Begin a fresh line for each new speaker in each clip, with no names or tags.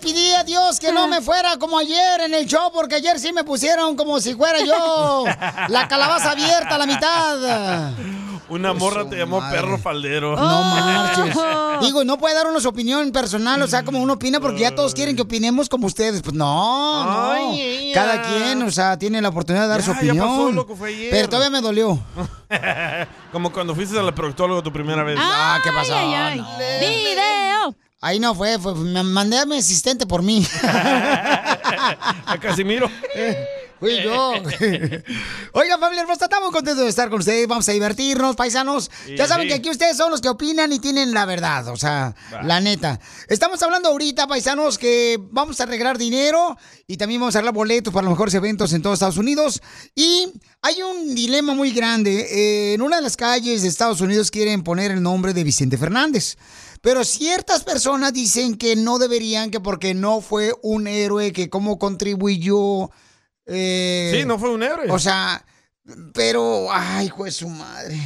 pedí a Dios que no me fuera como ayer en el show, porque ayer sí me pusieron como si fuera yo la calabaza abierta a la mitad.
Una morra te llamó perro faldero.
No marches. Digo, no puede dar unos opinión personal, o sea, como uno opina, porque ya todos quieren que opinemos como ustedes. Pues no, no.
Ay, ya.
Cada quien, o sea, tiene la oportunidad de dar
Ya,
su
ya
opinión.
pasó lo que fue ayer.
Pero todavía me dolió.
Como cuando fuiste al proctólogo tu primera vez.
Ah, ¿qué pasó?
Ay, ay,
No. Ahí no fue, fue- me mandé a mi asistente por mí.
A Casimiro.
Fui yo. Oiga, familia hermosa, estamos contentos de estar con ustedes. Vamos a divertirnos, paisanos.
Sí,
ya saben
sí.
que aquí ustedes son los que opinan y tienen la verdad, o sea, la neta. Estamos hablando ahorita, paisanos, que vamos a arreglar dinero y también vamos a arreglar boletos para los mejores eventos en todos Estados Unidos. Y hay un dilema muy grande. Eh, en una de las calles de Estados Unidos quieren poner el nombre de Vicente Fernández. Pero ciertas personas dicen que no deberían, que porque no fue un héroe, que cómo contribuyó eh,
Sí, no fue un héroe.
O sea, pero, ay, hijo de su madre.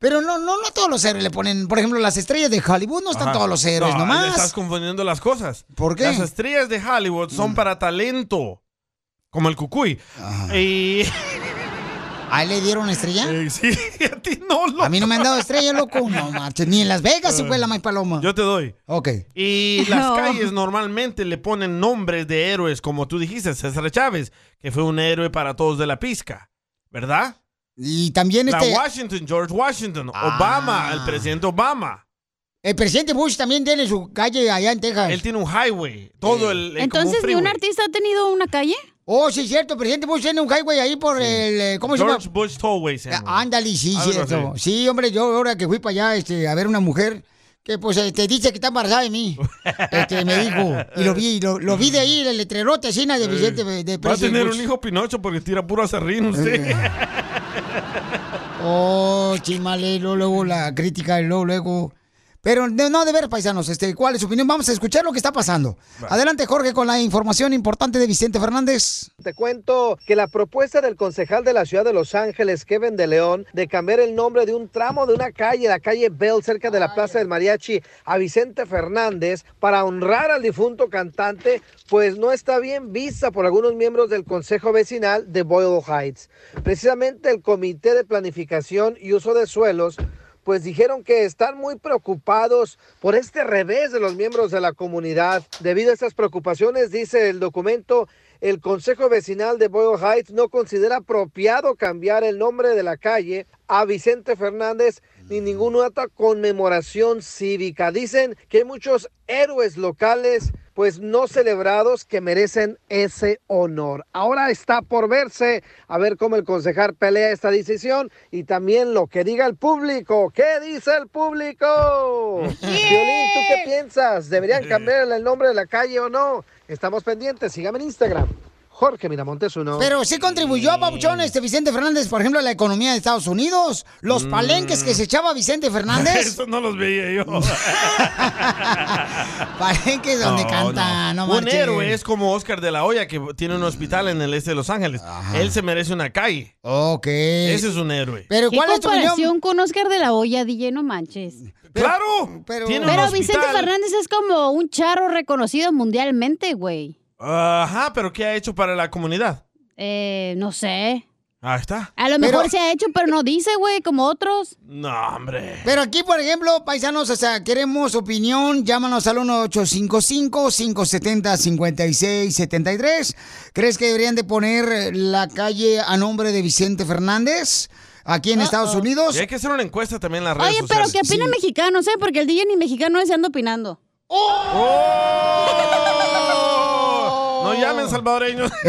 Pero no, no, no a todos los héroes le ponen, por ejemplo, las estrellas de Hollywood no están
Ajá.
todos los héroes
No,
nomás.
le Estás confundiendo las cosas.
¿Por qué? Mm.
Las estrellas de Hollywood son para talento. Como el cucuy. Y...
¿Ahí le dieron estrella?
Eh, sí, a ti no, loco.
A mí no me han dado estrella, loco. No marches, ni en Las Vegas se
Eh.
fue la May Paloma.
Yo te doy.
Ok.
Y las
No.
calles normalmente le ponen nombres de héroes, como tú dijiste, César Chávez, que fue un héroe para todos de la pizca, ¿verdad?
Y también
La
este- Ah.
Washington, George Washington, Obama, el presidente Obama.
El presidente Bush también tiene su calle allá en Texas. Eh,
Él tiene un highway, todo el... el- como
Entonces,
un
¿ni un
freeway.
artista ha tenido una calle?
Oh, sí, cierto. El presidente Bush tiene un highway ahí por el... eh, ¿Cómo se llama? Ah,
George Bush Tollway se llama.
Ándale, sí,
Algo
cierto.
así.
Sí, hombre, yo ahora que fui para allá este, a ver una mujer que pues este, dice que está embarazada de mí. Este, me dijo. Y lo vi, lo, lo vi de ahí, el letrerote así, na, de Vicente, de, de
Eh, Va a
President
tener
Bush. Eh,
un hijo Pinocho porque tira puro acerrín usted.
Oh, chimale, luego, luego la crítica, y luego, luego. Pero de- no, de ver, paisanos, este, ¿cuál es su opinión? Vamos a escuchar lo que está pasando. Adelante, Jorge, con la información importante de Vicente Fernández.
Te cuento que la propuesta del concejal de la ciudad de Los Ángeles, Kevin de León, de cambiar el nombre de un tramo de una calle, la calle Bell, cerca de la Plaza del Mariachi, a Vicente Fernández, para honrar al difunto cantante, pues no está bien vista por algunos miembros del Consejo Vecinal de Boyle Heights. Precisamente el Comité de Planificación y Uso de Suelos pues dijeron que están muy preocupados por este revés de los miembros de la comunidad. Debido a estas preocupaciones, dice el documento, el Consejo Vecinal de Boyle Heights no considera apropiado cambiar el nombre de la calle a Vicente Fernández ni ninguna otra conmemoración cívica. Dicen que hay muchos héroes locales pues no celebrados que merecen ese honor. Ahora está por verse a ver cómo el concejal pelea esta decisión y también lo que diga el público. ¿Qué dice el público? Violín, ¿tú qué piensas? ¿Deberían cambiar el nombre de la calle o no? Estamos pendientes. Sígame en Instagram. Jorge Miramontes uno.
Pero sí contribuyó, Papuchón, este Vicente Fernández, por ejemplo, a la economía de Estados Unidos.
Mm.
Los palenques que se echaba Vicente Fernández.
Eso no los veía yo.
palenques donde canta, no,
Un
marches.
héroe es como Oscar de la Hoya, que tiene un hospital en el este de Los Ángeles. Él se merece una calle.
Ok.
Ese es un héroe.
¿Qué comparación con Oscar de la Hoya, DJ? No manches.
¡Claro!
Pero,
Tiene un
Pero
hospital.
Vicente Fernández es como un charro reconocido mundialmente, güey.
Ajá, pero ¿qué ha hecho para la comunidad?
Eh, no sé.
Ahí está.
A lo
Pero-
mejor se ha hecho, pero no dice, güey, como otros.
No, hombre.
Pero aquí, por ejemplo, paisanos, o sea, queremos opinión, llámanos al 1-855-570-5673. ¿Crees que deberían de poner la calle a nombre de Vicente Fernández aquí en Estados Unidos?
Y hay que hacer una encuesta también en las redes
Oye, pero
sociales.
que opina mexicano, ¿eh? Porque el DJ ni mexicano se anda opinando.
¡Oh! No llamen salvadoreños.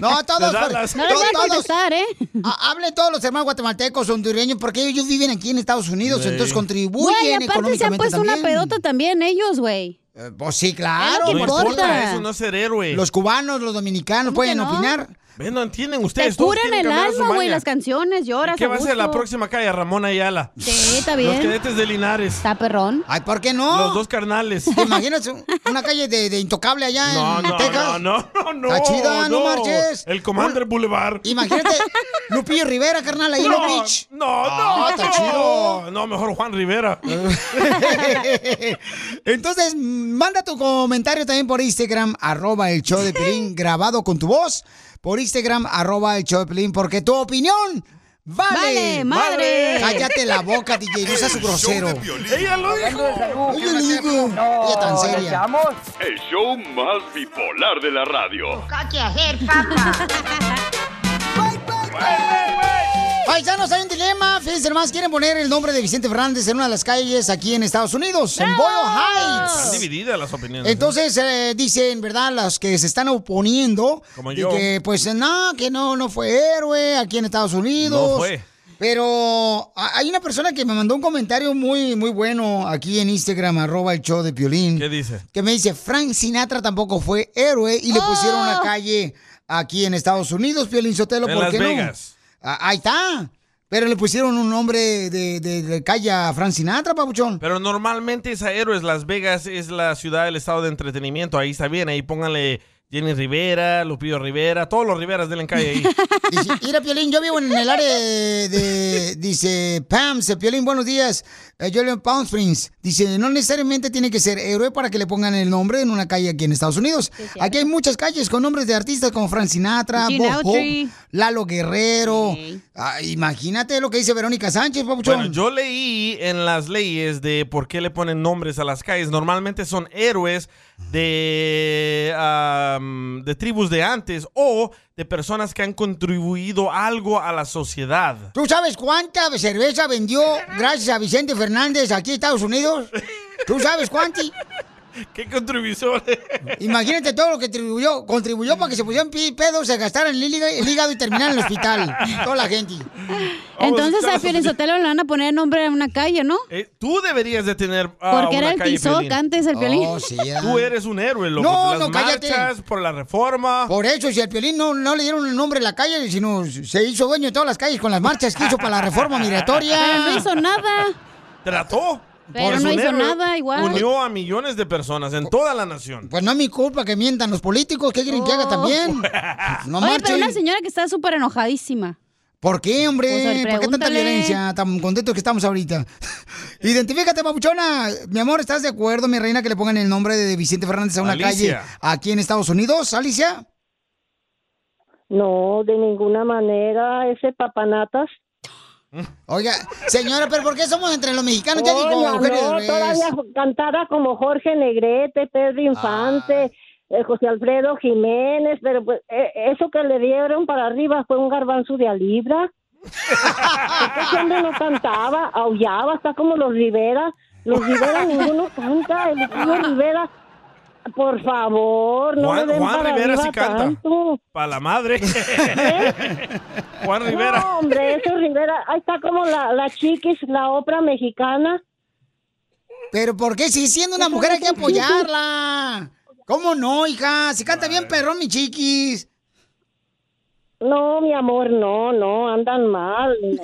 No, todos.
De
por-
Dallas.
No les voy a
todos.
contestar, ¿eh?
Ha- Hable todos los hermanos guatemaltecos, hondureños, porque ellos viven aquí en Estados Unidos,
Sí.
entonces contribuyen
Güey, aparte se han
económicamente
puesto una
también.
pedota también ellos, güey.
Eh, Pues sí, claro.
no
por
importa
supuesto.
eso, no ser héroe.
Los cubanos, los dominicanos pueden
no?
opinar.
Ven, no entienden
Te
ustedes. todos
curan
quieren
el
cambiar su
alma, güey,
maña.
las canciones, lloras.
¿Y ¿Qué va a
gusto.
ser la próxima calle? Ramón Ayala.
Sí, está
Los
bien.
cadetes de Linares.
Está perrón.
Ay, ¿por qué no?
Los dos carnales.
¿Te imaginas un- una calle de, de intocable allá
No,
en
no,
Texas?
no, no, no, no.
Está chida, no marches.
El Commander Boulevard.
Imagínate Lupillo Rivera, carnal, ahí en Long
No,
Beach.
no,
Ah,
no,
está
no.
chido.
No, mejor Juan Rivera.
Entonces, manda tu comentario también por Instagram, arroba el show de Pelín, grabado con tu voz, por Instagram, arroba el show de Pelín, porque tu opinión vale.
Vale, madre.
Cállate la boca, DJ, no seas
El
grosero.
show de Piolín.
Ella lo dijo.
Oye, Ligo, ella tan seria.
El show más bipolar de la radio.
Paisanos, hay un dilema. Fíjense, nomás quieren poner el nombre de Vicente Fernández en una de las calles aquí en Estados Unidos, en Boyle Heights.
Están divididas las opiniones. ¿eh?
Entonces eh, dicen, ¿verdad? Las que se están oponiendo.
Como
de
yo.
que pues no, que no, no fue héroe aquí en Estados Unidos.
¿eh? No fue.
Pero a- hay una persona que me mandó un comentario muy, muy bueno aquí en Instagram, arroba el show de Piolín.
¿Qué dice?
Que me dice, Frank Sinatra tampoco fue héroe y le pusieron una calle aquí en Estados Unidos, Piolín Sotelo,
En
¿por
Las
qué
Vegas.
no? A- ahí está. Pero le pusieron un nombre de, de- de calle a Frank Sinatra, papuchón.
Pero normalmente es a héroes. Las Vegas es la ciudad del estado de entretenimiento. Ahí está bien. Ahí pónganle Jenny Rivera, Lupillo Rivera, todos los Riveras del en calle ahí.
Dice, mira, Piolín, yo vivo en el área de, de- dice, Pam, dice, Piolín, buenos días, eh, yo leo en Palm Springs. Dice, no necesariamente tiene que ser héroe para que le pongan el nombre en una calle aquí en Estados Unidos. Aquí hay muchas calles con nombres de artistas como Frank Sinatra,
Gene
Bob Hope,
Autry.
Lalo Guerrero.
Sí.
Ah, imagínate lo que dice Verónica Sánchez, papuchón.
Bueno, yo leí en las leyes de por qué le ponen nombres a las calles. Normalmente son héroes de, am, de tribus de antes o de personas que han contribuido algo a la sociedad.
¿Tú sabes cuánta cerveza vendió gracias a Vicente Fernández aquí en Estados Unidos? ¿Tú sabes cuánti?
¿Qué contribución?
Imagínate todo lo que contribuyó, contribuyó para que se pusieran pi- pedos, se gastaran el hígado, el hígado y terminaran en el hospital. Toda la gente. Ah.
Entonces
Vamos,
a Pielizotelo le van a poner nombre a una calle, ¿no?
Eh, tú deberías de tener ah,
Porque
una
era el que
calle
hizo
Piolín.
antes el Piolín.
Oh, sí, ya.
Tú eres un héroe, loco.
No,
por las
no, cállate.
marchas, por la reforma.
Por eso, si al Piolín no, no le dieron el nombre a la calle, sino se hizo dueño de todas las calles con las marchas que hizo para la reforma
Pero
migratoria.
no hizo nada.
Trató.
Pero
Eres
no
un
hizo nada, igual.
Unió a millones de personas en toda la nación.
Pues no es mi culpa que mientan los políticos, ¿qué quieren que haga
Oh.
también? No
Oye, pero una
marchen.
señora que está súper enojadísima.
¿Por qué, hombre?
Pues, a ver,
¿Por qué tanta
pregúntale. Eh.
violencia? Tan contentos que estamos ahorita. Identifícate, papuchona. Mi amor, ¿estás de acuerdo, mi reina, que le pongan el nombre de Vicente Fernández a una
Alicia.
calle aquí en Estados Unidos? Alicia.
No, de ninguna manera, ese papanatas.
Oiga, señora, pero ¿por qué somos entre los mexicanos? Ya digo,
Oiga,
Eugenio
no,
Derbez.
todavía cantaba como Jorge Negrete, Pedro Infante,
Ah.
eh, José Alfredo Jiménez, pero pues, eh, eso que le dieron para arriba fue un garbanzo de a libra. Ese hombre no cantaba, aullaba, está como los Rivera. Los Rivera ninguno canta, el tío Rivera, por favor, no
Juan,
le den
Juan
para
Rivera
arriba
sí canta.
tanto.
Para la madre. Juan Rivera.
No, hombre, eso Rivera, ahí está como la, la chiquis, la obra mexicana.
Pero ¿por qué? Si siendo una mujer hay que apoyarla. ¿Cómo no, hija? Si canta bien perrón, mi chiquis.
No, mi amor, no, no, andan mal. no, no,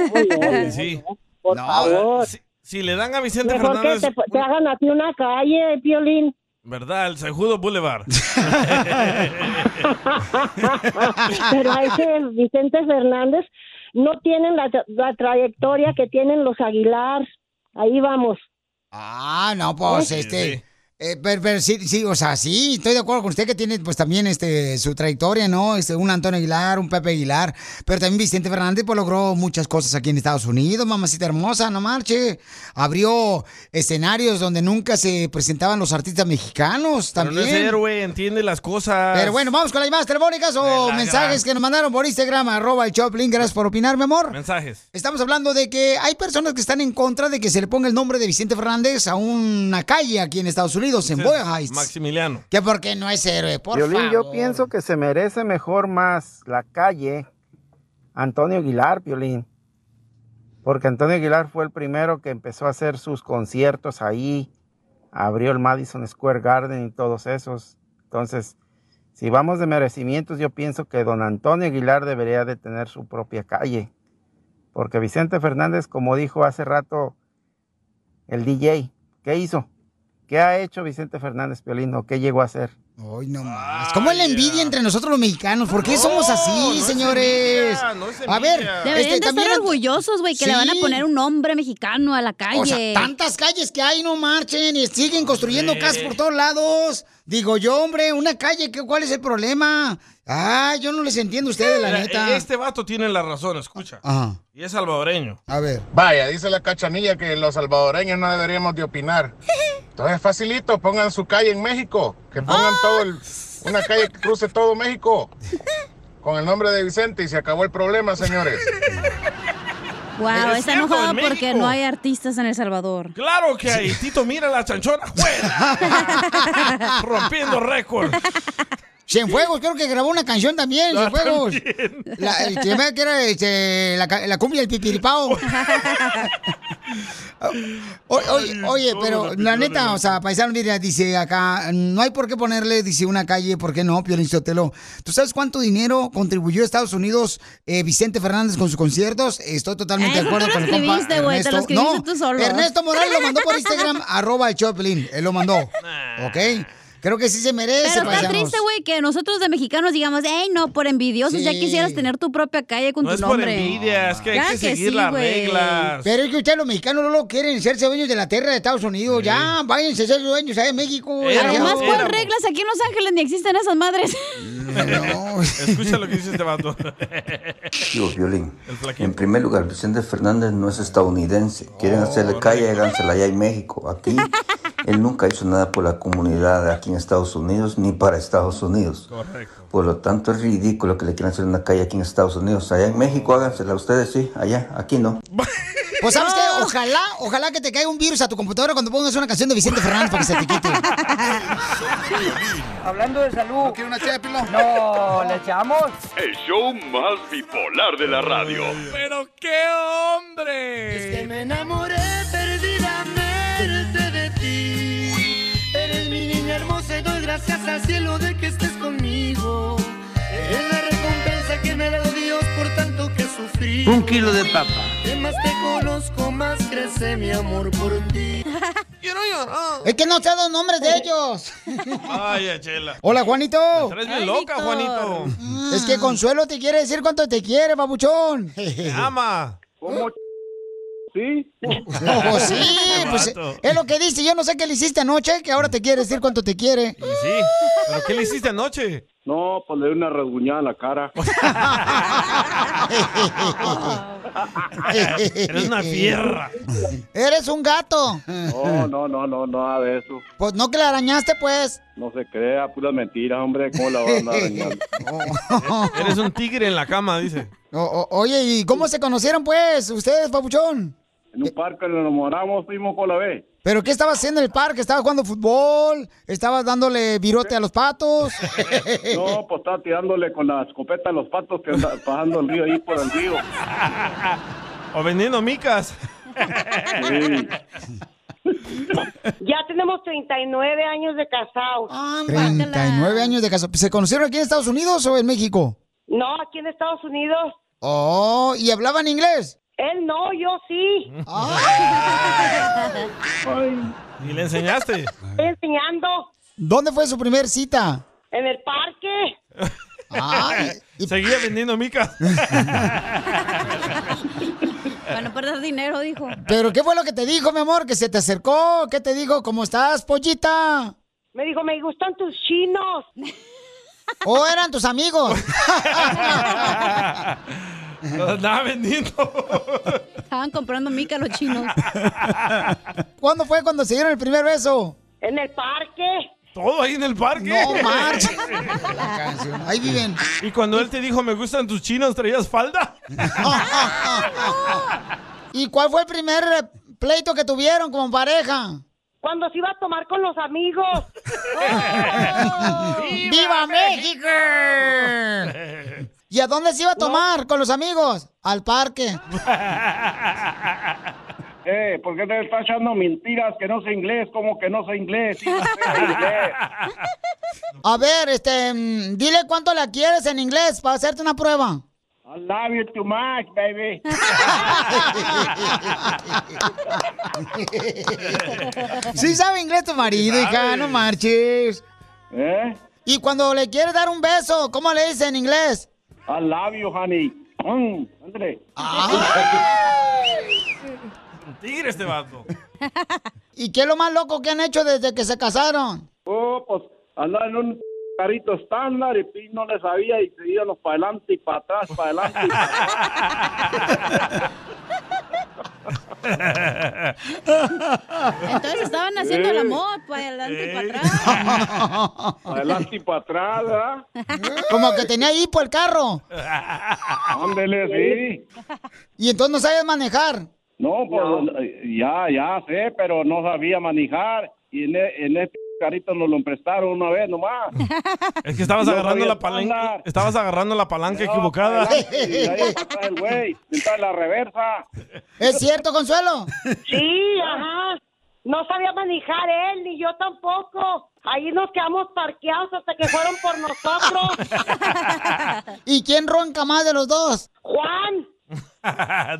no,
Sí.
por
No,
favor.
Si, si le dan a Vicente
Mejor que
Fernández,
te, te hagan a ti una calle, Piolín.
¿verdad? El Sejudo Boulevard.
Pero a ese Vicente Fernández no tienen la, tra- la trayectoria que tienen los Aguilar. Ahí vamos.
Ah, no, pues este.
sí.
eh, pero, pero sí, sí, o sea, sí, estoy de acuerdo con usted que tiene pues también este su trayectoria, ¿no? Este, un Antonio Aguilar, un Pepe Aguilar, pero también Vicente Fernández pues logró muchas cosas aquí en Estados Unidos, mamacita hermosa, no marche. Abrió escenarios donde nunca se presentaban los artistas mexicanos
Pero no
también.
es héroe, pues. entiende las cosas.
Pero bueno, vamos con las llamadas telefónicas o
Me la
mensajes
gran-
que nos mandaron por Instagram, arroba el Choplin. Gracias por opinar, mi amor.
Mensajes.
Estamos hablando de que hay personas que están en contra de que se le ponga el nombre de Vicente Fernández a una calle aquí en Estados Unidos, en Boyle Heights.
Maximiliano.
Que porque no es héroe, por
Violín,
favor.
yo pienso que se merece mejor más la calle Antonio Aguilar, Violín. Porque Antonio Aguilar fue el primero que empezó a hacer sus conciertos ahí. Abrió el Madison Square Garden y todos esos. Entonces, Si vamos de merecimientos, yo pienso que don Antonio Aguilar debería de tener su propia calle. Porque Vicente Fernández, como dijo hace rato el DJ, ¿qué hizo? ¿Qué ha hecho Vicente Fernández Piolino? ¿Qué llegó a hacer?
Hoy no más. ¿Cómo es la envidia entre nosotros los mexicanos? ¿Por qué somos así, señores? a ver,
Deberían de estar
Ant-
orgullosos, güey, que le van a
Sí.
poner un nombre mexicano a la calle.
O sea, tantas calles que hay, no marchen, y siguen construyendo casas por todos lados. Digo yo, hombre, una calle, ¿qué- ¿cuál es el problema? Ah, yo no les entiendo a ustedes, la
Mira,
neta.
Este vato tiene la razón, escucha.
Ajá.
Y es salvadoreño.
A ver.
Vaya, dice la cachanilla que los salvadoreños no deberíamos de opinar. Entonces, facilito, pongan su calle en México. Que pongan todo el- una calle que cruce todo México. Con el nombre de Vicente y se acabó el problema, señores.
wow,
Es
está
cierto,
enojado
en
porque
México.
no hay artistas en El Salvador.
Claro que hay. Tito, mira la chanchona. ¡Fuera! Rompiendo récord.
Cienfuegos, creo que grabó una canción también,
Ah,
Cienfuegos.
también.
La, el que me- que era este, la, ca- la cumbia del pipiripao. O- oye, oye, pero la neta, o sea, paisano, mira, dice acá, no hay por qué ponerle, dice una calle, ¿por qué no, Piolín Sotelo? ¿Tú sabes cuánto dinero contribuyó Estados Unidos eh, Vicente Fernández con sus conciertos? Estoy totalmente
Ah,
de acuerdo
eso
con
te
el
lo
compa
escribiste, güey, te lo
Ernesto.
escribiste tú solo.
Ernesto Morales lo mandó por Instagram, arroba el Choplin, él lo mandó, ¿ok? Creo que sí se merece,
Pero está
paisanos.
triste, güey, que nosotros de mexicanos digamos, ey, no, por envidiosos, ya
Sí.
quisieras tener tu propia calle con
No
tu
es por
nombre.
envidia, es que hay
Claro
que
que
seguir
sí,
las
güey.
reglas.
Pero es que ustedes los mexicanos no lo quieren hacerse dueños de la tierra de Estados Unidos. Ya, váyanse a ser dueños allá de México.
Era-
ya,
Además,
ya.
pon
Éramos.
reglas aquí en Los Ángeles ni existen esas madres.
No.
Escucha lo que dice este vato.
Digo, violín.
El flaquito.
En primer lugar, Vicente Fernández no es estadounidense. Quieren
Oh,
hacerle calle, hágansela allá en México. Aquí, él nunca hizo nada por la comunidad aquí en Estados Unidos ni para Estados Unidos.
Correcto.
Por lo tanto, es ridículo que le quieran hacer una calle aquí en Estados Unidos. Allá en México, hágansela ustedes, sí, allá, aquí no.
Pues sabes qué, ojalá, ojalá que te caiga un virus a tu computadora cuando pongas una canción de Vicente Fernández para que se te quite.
Hablando de salud.
¿Quiere una chépilo?
No, le echamos.
El show más bipolar de la radio.
Pero qué hombre.
me enamoré perdidamente de ti. Eres mi niña hermosa y doy gracias al cielo de que estés conmigo. Es la recompensa que me da Dios por tanto que sufrí. Un kilo de papa. Que más te conozco, más crece mi amor por ti.
es que no sé los nombres de ellos.
Ay, Achela.
Hola, Juanito.
Eres bien
Ay,
loca,
Víctor.
Juanito.
Es que Consuelo te quiere decir cuánto te quiere, babuchón.
Te ama.
¿Cómo? ¿Sí?
No, sí, pues
Vato.
es lo que dice. Yo no sé qué le hiciste anoche, que ahora te quiere decir cuánto te quiere.
Y sí. ¿Pero qué le hiciste anoche?
No, pues le di una rasguñada en la cara.
Eres una fierra.
Eres un gato.
No, no, no, no, nada de eso.
Pues no que la arañaste, pues.
No se crea, puras mentiras, hombre. ¿Cómo la van a andar arañando?
Eres un tigre en la cama, dice.
O- o- oye, ¿y cómo se conocieron, pues, ustedes, papuchón?
En un parque nos enamoramos, fuimos por la vez.
¿Pero qué estabas haciendo en el parque? ¿Estabas jugando fútbol? ¿Estabas dándole virote a los patos?
No, pues estaba tirándole con la escopeta a los patos que andaban pasando el río ahí por el río.
O vendiendo micas.
Sí.
Ya tenemos 39 años de casados.
Ah,
39 años de caso. ¿Se conocieron aquí en Estados Unidos o en México?
No, aquí en Estados Unidos.
Oh, ¿y hablaban inglés?
Él no, yo sí.
Y le enseñaste.
Estoy enseñando
¿Dónde fue su primer cita?
en el parque.
Ah, y- y-
Seguía vendiendo micas.
Para no perder dinero, dijo.
¿Pero qué fue lo que te dijo, mi amor? ¿Que se te acercó? ¿Qué te dijo? ¿Cómo estás, pollita?
Me dijo, me gustan tus chinos.
¿O eran tus amigos?
Lo Andaba Ah, vendiendo.
Estaban comprando mica los chinos.
¿Cuándo fue cuando se dieron el primer beso?
En el parque.
Todo ahí en el parque.
No marches. La canción. Ahí viven.
Y cuando él te dijo, me gustan tus chinos, ¿traías falda?
¿Y cuál fue el primer eh, pleito que tuvieron como pareja?
Cuando se iba a tomar con los amigos.
¡Viva México! ¿Y a dónde se iba a tomar con los amigos? Al parque.
Eh, ¿por qué te está echando mentiras que no sé inglés? ¿Cómo que no sé inglés? Sí, no sé inglés.
A ver, este, mm, dile cuánto la quieres en inglés para hacerte una prueba.
I love you too much, baby.
Sí sabe inglés tu marido,
Sí
hija,
sabe.
no marches. ¿Eh? Y cuando le quieres dar un beso, ¿cómo le dice en inglés?
I love you, honey. Mm, ándale.
Ah.
Un tigre este vato.
¿Y qué es lo más loco que han hecho desde que se casaron?
Oh, pues andaba en un carrito estándar y Pin no le sabía y se íbamos para adelante y para atrás, para adelante y para atrás.
Entonces estaban haciendo el amor para adelante y para atrás.
Para adelante y para atrás, ¿verdad?
Como que tenía hipo el carro.
Ándele, sí.
Y entonces no sabes manejar.
No, pues ya, ya sé, pero no sabía manejar y en, e- en este carrito nos lo prestaron una vez nomás.
Es que estabas
No
agarrando
sabía
la palanca.
estándar.
Estabas agarrando la palanca
No,
equivocada.
para adelante, y ahí para atrás el güey, sentado en la reversa.
¿Es cierto, Consuelo?
Sí, ajá. No sabía manejar él, ni yo tampoco. Ahí nos quedamos parqueados hasta que fueron por nosotros.
¿Y quién ronca más de los dos?
Juan.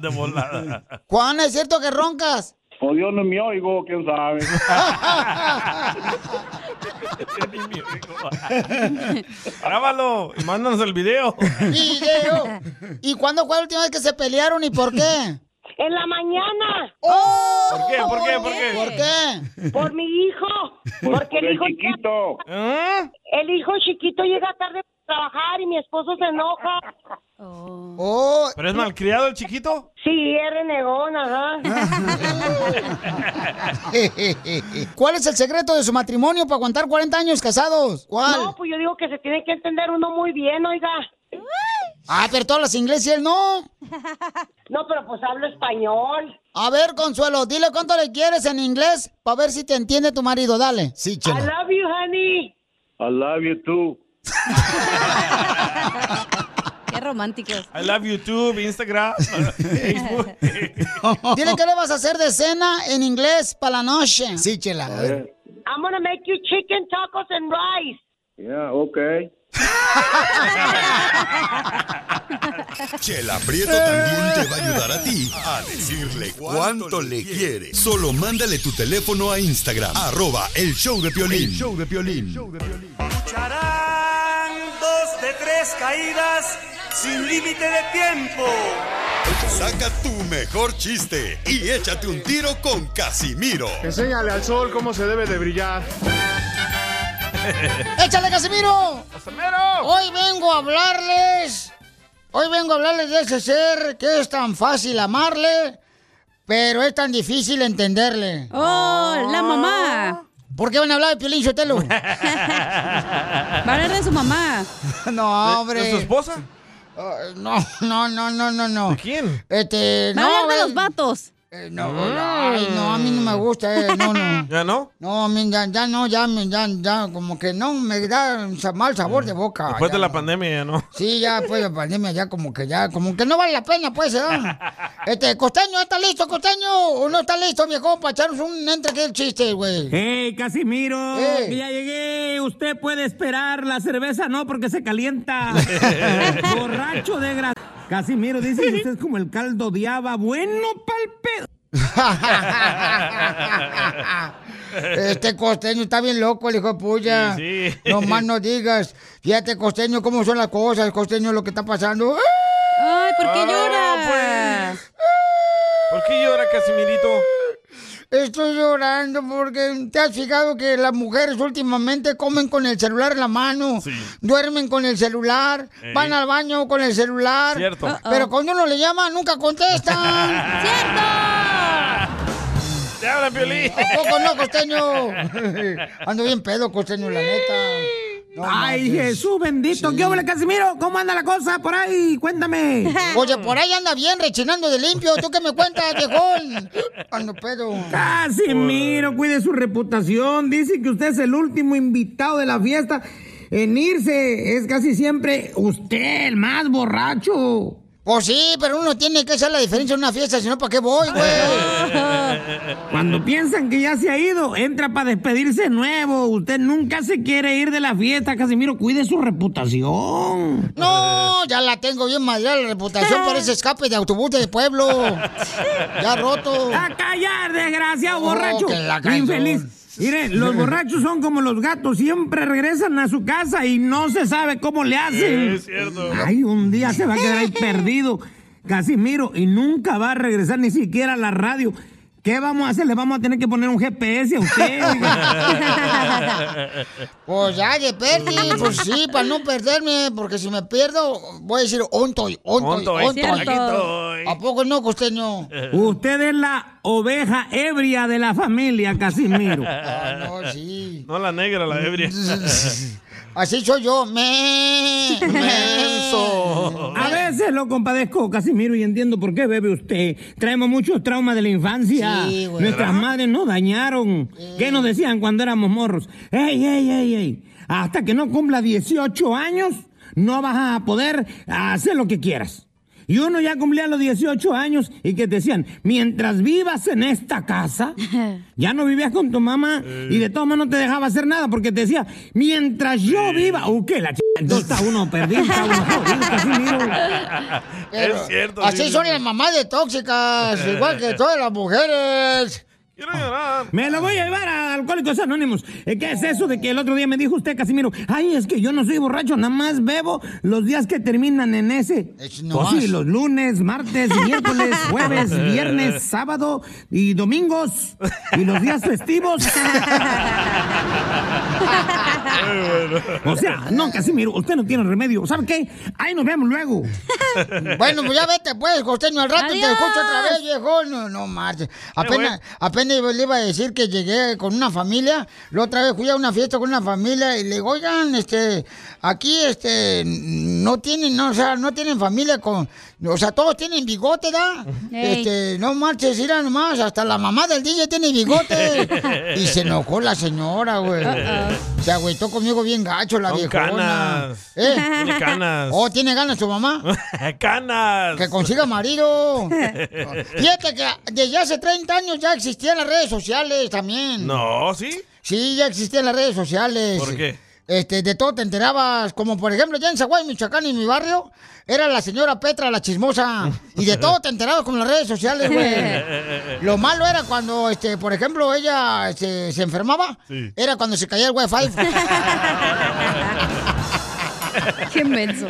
de volada.
Juan, ¿es cierto que roncas?
O Dios no me oigo, quién sabe.
Grábalo y mándanos el video.
Video. ¿Y cuándo fue la última vez que se pelearon y por qué? ¡Oh!
En la mañana.
¿Por qué? ¿Por qué? ¿Por qué?
¿Por qué?
Por mi hijo. Porque el hijo chiquito.
¿Eh?
El hijo chiquito llega tarde a trabajar y mi esposo se enoja.
Oh.
¿Pero es malcriado el chiquito?
Sí, es renegón, ajá.
¿Cuál es el secreto de su matrimonio para aguantar 40 años casados? ¿Cuál?
No, pues yo digo que se tiene que entender uno muy bien, oiga.
Ah, pero todas las inglés y él no.
No, pero pues hablo español.
A ver, Consuelo, dile cuánto le quieres en inglés para ver si te entiende tu marido. Dale. Sí,
I love you, honey.
I love you too.
Qué románticos.
I love YouTube, Instagram, Facebook.
Dile qué le vas a hacer de cena en inglés para la noche. Sí, chela. A ver.
I'm gonna make you chicken tacos and rice.
Yeah, okay.
Chela Prieto también te va a ayudar a ti a decirle cuánto le quiere. Solo mándale tu teléfono a Instagram, arroba el show de Piolín. show de
Dos de tres caídas sin límite de tiempo.
Saca tu mejor chiste y échate un tiro con Casimiro.
Enséñale al sol cómo se debe de brillar.
¡Échale, Casimiro! Hoy vengo a hablarles. Hoy vengo a hablarles de ese ser que es tan fácil amarle, pero es tan difícil entenderle. ¡Oh, la mamá! ¿Por qué van a hablar de Piolín Sotelo?
Va a hablar de su mamá.
no, hombre.
¿De- de su esposa? Ah,
Eh, no, no, no, no, no, no.
quién?
Este,
Va a
no,
hablar de
eh,
los vatos.
no, ay, no, a mí no me gusta, eh, no, no.
¿Ya no?
No, a mí ya, ya no, ya, me- ya, ya, como que no me da un sa- mal sabor de boca.
Después
Ah, ya
de la
no.
pandemia, ya no.
Sí, ya después de la pandemia, ya como que ya, como que no vale la pena, pues, ¿eh? Este, Costeño, ¿está listo, Costeño? ¿O no está listo, viejo, para echarnos un entre que el chiste, güey?
¡Hey, Casimiro!
Eh.
que ¡Ya llegué! Usted puede esperar, la cerveza no, porque se calienta. ¡Borracho de gra... Casimiro, dice que usted es como el caldo de haba, bueno pa'l pedo.
Este costeño está bien loco, el hijo de puya.
Sí, sí.
No más no digas. Fíjate, costeño, cómo son las cosas, costeño, lo que está pasando.
Ay, ¿por
Ah,
qué
llora?
pues.
¿Por qué llora Casimirito?
Estoy llorando porque te has fijado que las mujeres últimamente comen con el celular en la mano, duermen con el celular,
Ey.
van al baño con el celular.
Cierto. Uh-oh.
Pero cuando uno le llama, nunca contestan.
¡Te habla, Piolín!
¿A poco no, costeño? Ando bien pedo, costeño, la neta. No
¡Ay,
manches.
Jesús bendito! ¿Qué hola, Casimiro? ¿Cómo anda la cosa por ahí? Cuéntame.
Oye, por ahí anda bien rechinando de limpio. ¿Tú qué me cuentas, viejón? Ando pedo.
Casimiro, cuide su reputación. Dice que usted es el último invitado de la fiesta en irse. Es casi siempre usted el más borracho.
Pues sí, pero uno tiene que hacer la diferencia en una fiesta, si no, ¿para qué voy, güey?
Cuando piensan que ya se ha ido, entra para despedirse de nuevo. Usted nunca se quiere ir de la fiesta, Casimiro. Cuide su reputación.
No, ya la tengo bien madreada la reputación por ese escape de autobús de pueblo. Ya roto.
¡A callar, desgraciado,
Oh,
borracho!
que la canción.
¡Infeliz! Mire, los borrachos son como los gatos, siempre regresan a su casa y no se sabe cómo le hacen.
Es cierto.
Ay, un día se va a quedar ahí perdido, Casimiro, y nunca va a regresar ni siquiera a la radio. ¿Qué vamos a hacer? Le vamos a tener que poner un GPS a usted. oiga.
Pues ya que perdí, pues sí, para no perderme, porque si me pierdo, voy a decir ontoy, ontoy,
Ontoy,
ontoy.
aquí estoy.
¿A poco no, costeño?
Usted es la oveja ebria de la familia, Casimiro.
ah, no, sí.
No la negra, la ebria.
Así soy yo, me.
A veces lo compadezco, Casimiro, y entiendo por qué bebe usted. Traemos muchos traumas de la infancia.
Sí, güey.
Nuestras
¿Verdad?
madres nos dañaron. ¿Qué nos decían cuando éramos morros? ¡Ey, ey, ey, ey! Hasta que no cumpla 18 años, no vas a poder hacer lo que quieras. Y uno ya cumplía los 18 años y que te decían, mientras vivas en esta casa, ya no vivías con tu mamá y de todas maneras no te dejaba hacer nada porque te decía, mientras yo viva, ¿o qué? La ch... Entonces está uno perdido, está uno jodido, Casimiro.
Pero Así son las mamás de tóxicas, igual que todas las mujeres.
Me lo voy a llevar a Alcohólicos Anónimos. Eh, ¿Qué es eso de que el otro día me dijo usted, Casimiro? Ay, es que yo no soy borracho, nada más bebo los días que terminan en ese.
no
Pues sí,
más.
los lunes, martes, miércoles, jueves, viernes, sábado y domingos. Y los días festivos. O sea, no, Casimiro, usted no tiene remedio. ¿Sabe qué? Ahí nos vemos luego.
Bueno, pues ya vete, pues, costeño, al rato
Adiós.
te escucho otra vez, viejo. No, no marches. Apenas, apenas le iba a decir que llegué con una familia. La otra vez fui a una fiesta con una familia y le digo, oigan, este, aquí, este, no tienen, no, o sea, no tienen familia con, o sea, todos tienen bigote, ¿da?
Ey.
Este, no marches, irá nomás, hasta la mamá del DJ tiene bigote. y se enojó la señora, güey.
Uh-oh.
Se agüitó conmigo bien gacho la
Son
viejona.
canas. Tiene canas.
¿Eh? Oh, tiene ganas tu mamá.
¡Canas!
Que consiga marido. Fíjate que desde hace 30 años ya existían las redes sociales también.
No, ¿sí?
Sí, ya existían las redes sociales.
¿Por qué?
Este, de todo te enterabas, como por ejemplo ya en Zaguay, Michoacán, en mi barrio, era la señora Petra, la chismosa, y de todo te enterabas con las redes sociales, güey. Lo malo era cuando, este, por ejemplo, ella este, se enfermaba,
Sí.
era cuando se caía el wifi.
Qué menso.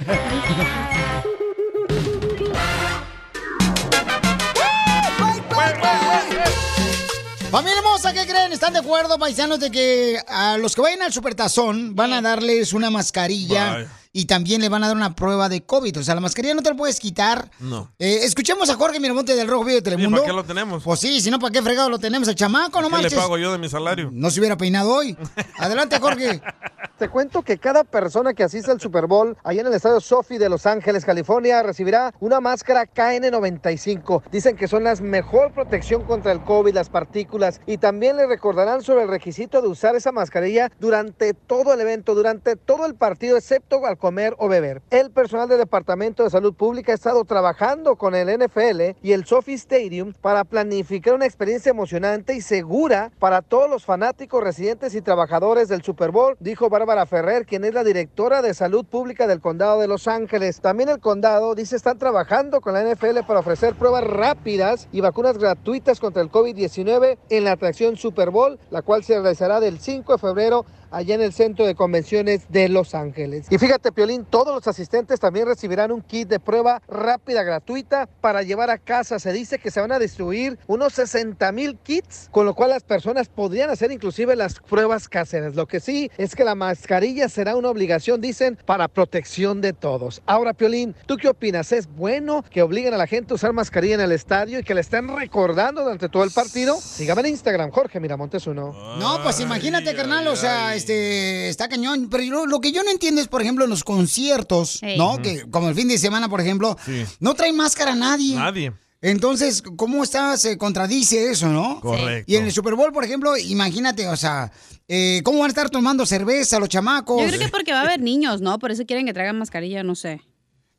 Familia hermosa, ¿qué creen? ¿Están de acuerdo, paisanos, de que a los que vayan al supertazón van a darles una mascarilla
Vaya.
y también le van a dar una prueba de COVID? O sea, la mascarilla no te la puedes quitar.
No.
Eh, escuchemos a Jorge Miramonte del Rojo Vivo de
¿Y
Telemundo.
para qué lo tenemos?
Pues sí, si no, ¿para qué fregado lo tenemos? El chamaco, no
¿Qué le
marches.
pago yo de mi salario?
No se hubiera peinado hoy. Adelante, Jorge.
Te cuento que cada persona que asiste al Super Bowl allá en el estadio Sophie de Los Ángeles, California, recibirá una máscara KN95. Dicen que son las mejor protección contra el COVID, las partículas y también le recordarán sobre el requisito de usar esa mascarilla durante todo el evento, durante todo el partido, excepto al comer o beber. El personal del Departamento de Salud Pública ha estado trabajando con el NFL y el Sophie Stadium para planificar una experiencia emocionante y segura para todos los fanáticos, residentes y trabajadores del Super Bowl, dijo Bárbara Ferrer, quien es la directora de salud pública del condado de Los Ángeles. También el condado dice están trabajando con la NFL para ofrecer pruebas rápidas y vacunas gratuitas contra el COVID-19 en la atracción Super Bowl, la cual se realizará del 5 de febrero allá en el Centro de Convenciones de Los Ángeles. Y fíjate, Piolín, todos los asistentes también recibirán un kit de prueba rápida, gratuita, para llevar a casa. Se dice que se van a distribuir unos 60 mil kits, con lo cual las personas podrían hacer inclusive las pruebas caseras. Lo que sí es que la mascarilla será una obligación, dicen, para protección de todos. Ahora, Piolín, ¿tú qué opinas? ¿Es bueno que obliguen a la gente a usar mascarilla en el estadio y que la estén recordando durante todo el partido? Sígame en Instagram, Jorge Miramontes uno.
No, pues imagínate, carnal, o sea, este, está cañón. Pero yo- lo que yo no entiendo es, por ejemplo, en los conciertos,
Ey.
¿no?
Ujú.
Que como el fin de semana, por ejemplo,
Sí.
no trae máscara nadie.
Nadie.
Entonces, ¿cómo está? Se contradice eso, ¿no?
Correcto.
Y en el Super Bowl, por ejemplo, imagínate, o sea, eh, ¿cómo van a estar tomando cerveza los chamacos?
Yo creo que porque va a haber niños, ¿no? Por eso quieren que traigan mascarilla, no sé.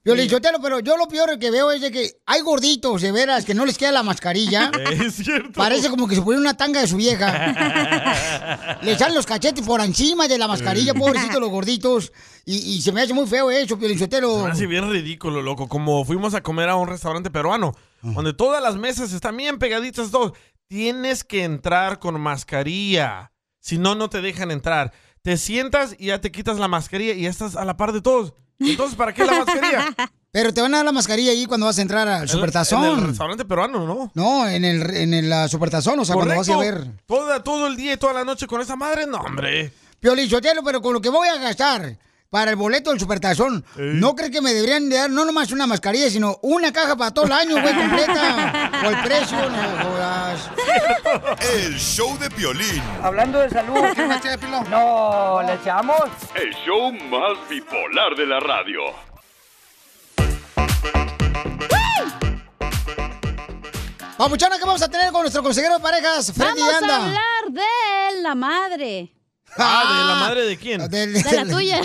Piolín, yo te lo- pero yo lo peor que veo es de que hay gorditos, de veras, que no les queda la mascarilla.
Es cierto.
Parece como que se pone una tanga de su vieja. Le echan los cachetes por encima de la mascarilla, pobrecitos los gorditos. Y, y se me hace muy feo eso, Piolín Sotelo.
Así bien ridículo, loco. Como fuimos a comer a un restaurante peruano, donde todas las mesas están bien pegaditas dos. Tienes que entrar con mascarilla. Si no, no te dejan entrar. Te sientas y ya te quitas la mascarilla y ya estás a la par de todos. Entonces, ¿para qué la mascarilla?
Pero te van a dar la mascarilla ahí cuando vas a entrar al
En el
supertazón.
restaurante peruano, ¿no?
No, en el, en el ah, supertazón, o sea, cuando vas a
Correcto.
ver.
Toda, todo el día y toda la noche con esa madre, no, hombre.
Piolín Sotelo, pero con lo que voy a gastar para el boleto del supertazón, ¿no crees que me deberían de dar no nomás una mascarilla, sino una caja para todo el año, güey, completa? Por el precio, no jodas.
El show de Piolín.
Hablando de salud, ¿qué me eché de pilón? No, ¿le echamos?
El show más bipolar de la radio.
Papuchona, ¿qué vamos a tener con nuestro consejero de parejas, Freddy
Vamos
Anda?
a hablar de la madre.
Ah, ¿de la madre de quién?
De la tuya.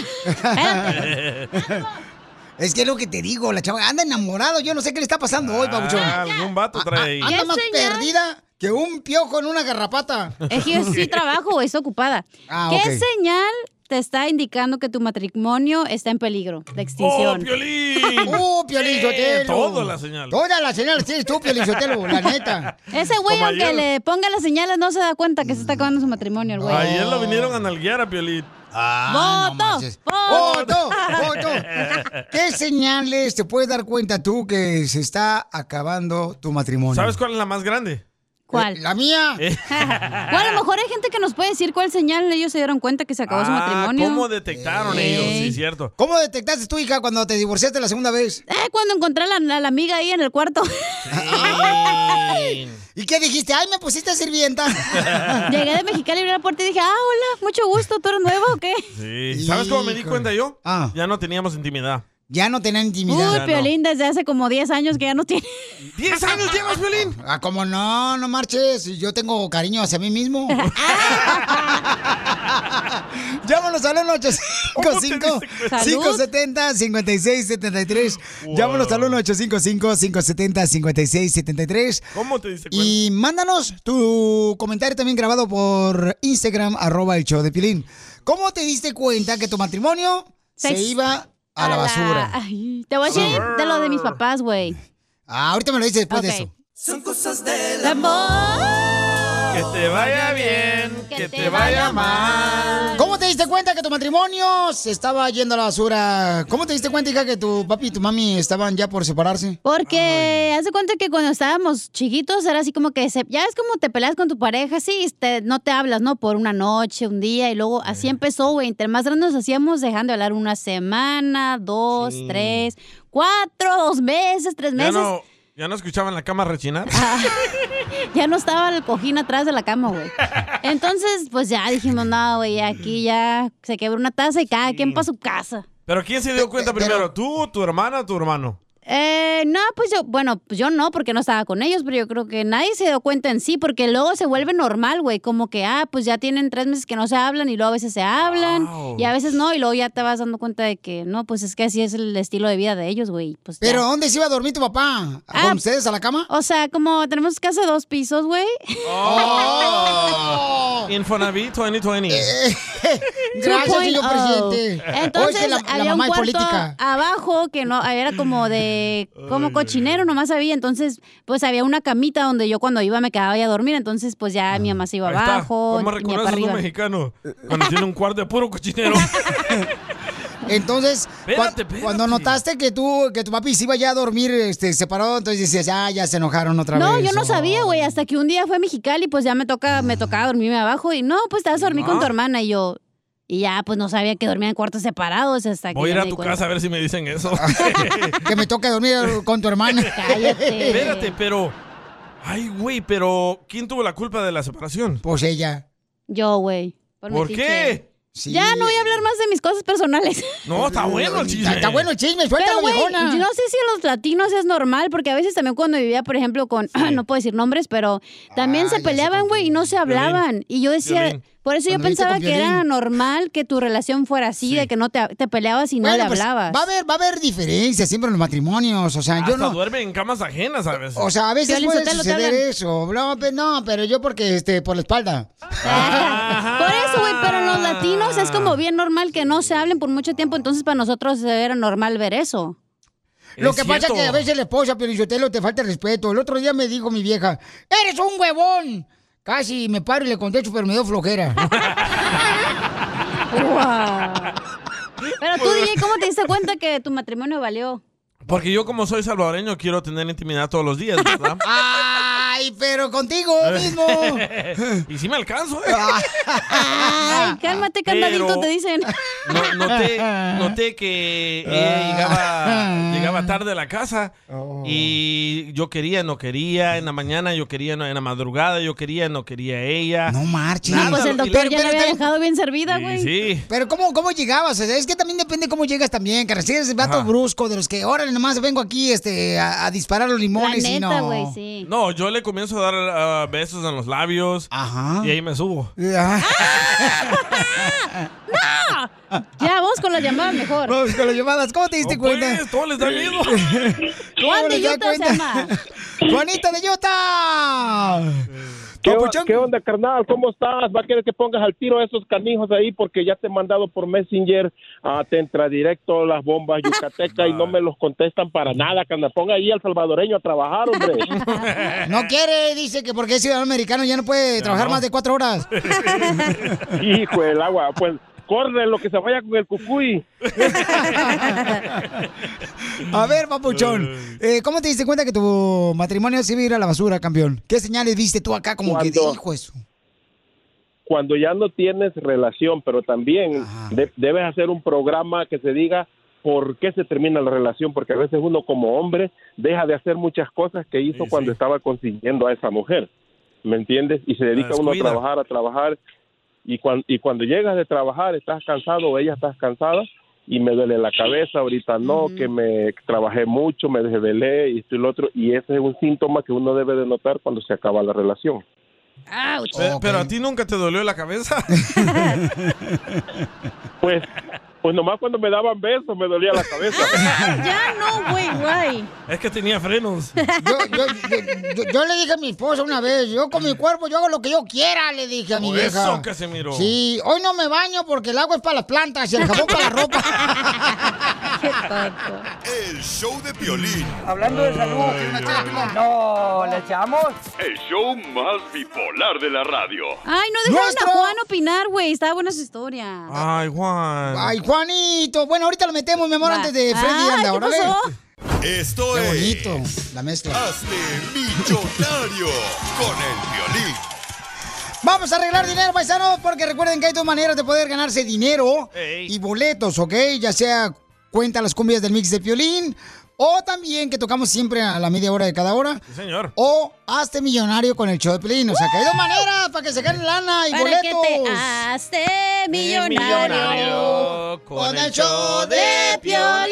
Es que es lo que te digo, la chava anda enamorado, yo no sé qué le está pasando hoy, Papuchón.
Ah, algún vato trae ahí.
Ah, Anda más perdida que un piojo en una garrapata.
Es que yo sí trabajo, estoy ocupada.
Ah,
¿Qué
ok.
señal te está indicando que tu matrimonio está en peligro de extinción?
¡Oh, Piolín!
¡Oh, Piolín
Eh,
Sotelo!
todas las señales.
Todas las señales tienes tú, Piolín Sotelo, la neta.
Ese güey,
Como
aunque
ayer.
le ponga las señales, no se da cuenta que se está acabando su matrimonio, el güey.
Ayer lo vinieron a nalguear a Piolín.
¡Voto!
¡Voto! Ah, ¡Voto! ¿Qué señales te puedes dar cuenta tú que se está acabando tu matrimonio?
¿Sabes cuál es la más grande?
¿Cuál?
Eh, La mía.
Eh.
Bueno, a lo mejor hay gente que nos puede decir cuál señal ellos se dieron cuenta que se acabó su
Ah,
matrimonio.
¿Cómo detectaron
Ey.
ellos? Sí, cierto.
Eh, ¿Cómo detectaste tu hija cuando te divorciaste la segunda vez?
Eh, cuando encontré a la, a la amiga ahí en el cuarto.
¿Y qué dijiste? Ay, me pusiste sirvienta.
Llegué de Mexicali, abrí la puerta y dije, ah, hola, mucho gusto, ¿tú eres nueva o qué?
Sí. ¿Sabes cómo me di
Híjole.
cuenta yo? Ya no teníamos intimidad.
Ya no tenían intimidad.
Uy, Piolín, desde hace como 10 años que ya no tiene.
¿10 años llevas, Piolín?
Ah, como no, no marches. Yo tengo cariño hacia mí mismo. Llámanos al 1-855 570 5673 Llámanos al 1-855 570 5673
¿Cómo te diste cuenta?
Y mándanos tu comentario también grabado por Instagram, arroba el show de Pilín. ¿Cómo te diste cuenta que tu matrimonio se
Sex-
iba a la basura?
Ay, te voy a decir
Sí.
de lo de mis papás, güey.
Ah, ahorita me lo dices después
Ok.
de eso.
Son cosas del
Que te vaya bien, que te vaya mal.
¿Cómo te diste cuenta que tu matrimonio se estaba yendo a la basura? ¿Cómo te diste cuenta, hija, que tu papi y tu mami estaban ya por separarse?
Porque hace cuenta que cuando estábamos chiquitos era así como que se- ya es como te peleas con tu pareja, sí, te- no te hablas, ¿no? Por una noche, un día y luego
Eh.
así empezó, güey. Entre más grandes nos hacíamos dejando de hablar una semana, dos, tres, cuatro, dos meses, tres
Ya
meses. Ah.
no, ya no escuchaban la cama rechinar.
Ya no estaba el cojín atrás de la cama, güey. Entonces, pues ya dijimos, no, güey, aquí ya se quebró una taza y cada quien para su casa.
Pero ¿quién se dio cuenta primero? ¿Tú, tu hermana o tu hermano?
Eh, no, pues yo, bueno, pues yo no, porque no estaba con ellos, pero yo creo que nadie se dio cuenta en sí, porque luego se vuelve normal, güey, como que, ah, pues ya tienen tres meses que no se hablan y luego a veces se hablan
Wow.
y a veces no, y luego ya te vas dando cuenta de que, no, pues es que así es el estilo de vida de ellos, güey. Pues
¿Pero
ya.
dónde se iba a dormir tu papá? ¿Con ustedes a la cama?
O sea, como tenemos casa de dos pisos, güey.
Infonavit 2020.
Eh,
Gracias, señor
2.0.
presidente.
Entonces,
Hoy que la- la
había
mamá
un
es
cuarto
política.
abajo que no era como de como cochinero, nomás había. Entonces, pues había una camita donde yo cuando iba me quedaba ya a dormir. Entonces, pues ya mi mamá se iba
Ahí está.
abajo.
¿Cómo
mi papá
reconoces a un
arriba.
mexicano? Cuando tiene un cuarto de puro cochinero.
Entonces, cua-
Espérate, espérate.
cuando notaste que tú, que tu papi se iba ya a dormir este, separado, entonces decías, ah, ya se enojaron otra
No,
vez.
yo no
Oh.
sabía, güey, hasta que un día fue a Mexicali, pues ya me toca, me tocaba dormirme abajo y no, pues te vas a dormir
Ah.
con tu hermana y yo y ya, pues no sabía que dormía en cuartos separados hasta que
Voy
ya
a ir a
me di
tu
cuenta.
casa a ver si me dicen eso.
Que me toque dormir con tu hermana.
Cállate.
Espérate, pero. Ay, güey, pero ¿quién tuvo la culpa de la separación?
Pues ella.
Yo, güey.
¿Por
metiche.
qué?
Sí. Mm,
Ya no voy a hablar más de mis cosas personales.
No, Oh, está bueno el chisme.
Está, está bueno el chisme,
Pero,
suéltalo,
güey,
viejona.
yo no sé si en los latinos es normal, porque a veces también cuando vivía, por ejemplo, con, no puedo decir nombres, pero también
Ah,
se peleaban, güey, y no se hablaban. Y yo decía,
Violín.
por eso yo
Cuando viviste
pensaba
con
que era
Violín.
normal que tu relación fuera así, de que no te, te peleabas y no
Bueno,
le
pues,
hablabas.
va a haber, va a haber diferencias siempre en los matrimonios. O sea,
Hasta
yo no.
duermen en camas ajenas a veces.
O sea, a veces
Piolín
puede
Sotelo, te
suceder
hablan.
eso. No, pe- no, pero yo porque este, por la espalda.
Por eso, güey, pero en los latinos es como bien normal que no se hablen por mucho tiempo, entonces para nosotros era normal ver eso.
Lo
Es
que pasa es
cierto.
que a veces la esposa, Piolichotelo, te falta el respeto. El otro día me dijo mi vieja, ¡eres un huevón! Casi me paro y le contesto, pero me dio flojera.
Pero tú, DJ, ¿cómo te diste cuenta que tu matrimonio valió?
Porque yo como soy salvadoreño quiero tener intimidad todos los días, ¿verdad?
Ay, pero contigo mismo.
y sí me alcanzo, ¿eh?
Ay, cálmate, candadito,
Pero-
te dicen.
No- noté, noté que ella llegaba, llegaba tarde a la casa
Oh.
y yo quería, no quería, en la mañana yo quería, no, en la madrugada yo quería, no quería ella.
No marches.
No, pues el doctor ya la había dejado bien servida, güey.
Sí.
Pero ¿cómo, cómo llegabas? O sea, es que también depende cómo llegas también, cara. Si eres el vato
Ajá.
brusco de los que, órale, nomás vengo aquí este, a, a disparar los limones y no.
No, yo le comienzo a dar ah, besos en los labios y ahí me subo.
¡No! Ya, vamos con las llamadas mejor.
Vamos con las llamadas. ¿Cómo te diste cuenta?
todo les da miedo.
¿Cómo
Juan de
les da
Utah se
cuenta?
llama.
¡Juanita de Utah!
¿Qué, o- qué onda, carnal? ¿Cómo estás? Va a querer que pongas al tiro a esos canijos ahí porque ya te he mandado por Messenger, ah, te entra directo las bombas yucateca y no me los contestan para nada, carnal. Ponga ahí al salvadoreño a trabajar, hombre.
No quiere, dice que porque es ciudadano americano ya no puede trabajar más de cuatro horas.
Hijo del agua, pues corre lo que se vaya con el cucuy.
A ver, papuchón, eh, ¿cómo te diste cuenta que tu matrimonio se iba a ir a la basura, campeón? ¿Qué señales viste tú acá como que
Cuando-
dijo eso?
Cuando ya no tienes relación, pero también de- debes hacer un programa que se diga por qué se termina la relación, porque a veces uno como hombre deja de hacer muchas cosas que hizo cuando estaba consiguiendo a esa mujer. ¿me entiendes? Y se dedica uno a
descuida.
trabajar, a trabajar, y, cuan- y cuando llegas de trabajar estás cansado o ella estás cansada, y me duele la cabeza, ahorita no, que me trabajé mucho, me desvelé, y esto y lo otro, y ese es un síntoma que uno debe de notar cuando se acaba la relación.
Pe- Pero, a ti nunca te dolió la cabeza.
Pues, pues nomás cuando me daban besos me dolía la cabeza.
Ya no, güey, güey.
es que tenía frenos.
Yo, yo- yo- yo- yo le dije a mi esposa una vez, yo con mi cuerpo yo hago lo que yo quiera, le dije a mi
Por
vieja.
eso, Casimiro.
Sí, hoy no me baño porque el agua es para las plantas y el jabón para la ropa.
El show de Piolín.
Hablando de salud, No, ¿le echamos?
El show más bipolar de la radio.
Ah,
Ay, no dejaron a Juan opinar, güey. Estaba buena su historia.
Ay, Juan.
Ay, Juanito. Bueno, ahorita lo metemos, mi amor,
Va.
antes de Freddy
Ay,
Anda.
¿qué
órale.
pasó?
Esto
Qué
es.
bonito, la mezcla.
Hazte millonario con el violín.
Vamos a arreglar dinero, paisanos, porque recuerden que hay dos maneras de poder ganarse dinero y boletos, ¿ok? Ya sea cuenta las cumbias del mix de violín o también que tocamos siempre a la media hora de cada hora.
Sí, señor.
O hazte millonario con el show de Piolín. O sea, que hay dos maneras para que se gane lana y
Para
boletos. Eh,
que te haste millonario.
Millonario
Con el show de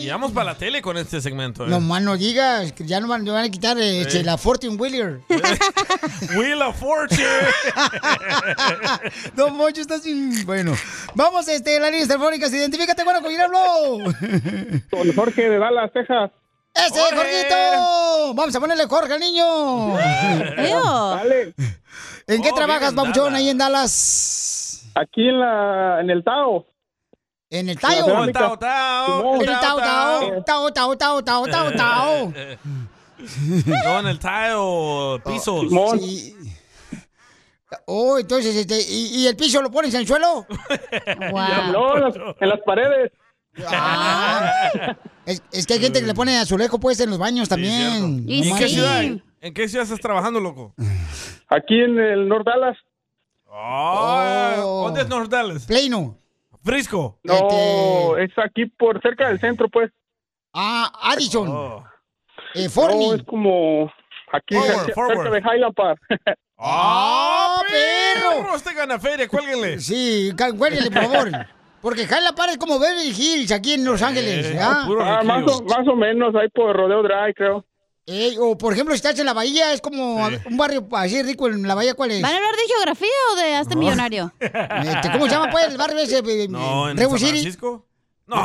Y vamos para la tele con este segmento. ¿eh?
No más no digas, que ya no van, no van a quitar eh, este, la Fortune Wheeler.
Wheel of Fortune.
no, Mocho, estás bien. Bueno, vamos este, a las líneas telefónicas. Identifícate, bueno, con quién hablo.
Con Jorge de Dallas, Texas.
¡Ese,
Jorge.
Jorgito! Vamos a ponerle Jorge al niño.
Dale.
¿En qué
Oh,
trabajas,
vive en
Babuchón,
Dallas.
ahí en Dallas?
Aquí en, la, en el Tao.
¿En el
Tao?
Tayo.
Tao,
El Tao, Tao. Tao, Tao, Tao, Tao, Tao, Tao.
no, en el tile, pisos.
Oh, Sí. Oh, entonces, este, ¿y, y el piso lo pones en el suelo?
No, en las, en las paredes.
Ah. Es, es que hay gente que le pone azulejo, pues, en los baños también.
¿Y
No
en qué
marches.
ciudad? ¿En qué ciudad estás trabajando, loco?
Aquí en el North Dallas.
Ah,
Oh.
¿Dónde es North Dallas?
Plano.
Frisco.
No, es aquí por cerca del centro, pues.
Este- Ah,
Oh.
Addison. Eh,
No, es como aquí
Forward,
cerca,
forward.
cerca de Highland Park.
¡Ah, perro! Usted gana feria, cuélguenle.
Sí, ca- cuélguenle, por favor. Porque Jala Parra es como Beverly Hills aquí en
Eh,
Los Ángeles.
oh,
¿ah?
Ah, más, o, más o menos, ahí por Rodeo Drive, creo.
Ey, o por ejemplo, si estás en la bahía, es como a- un barrio así rico en la bahía, ¿cuál es?
¿Van a hablar de geografía o de hazte millonario?
Este, ¿Cómo se llama pues el barrio ese? eh,
No, en
Rebo
San
City?
Francisco. No,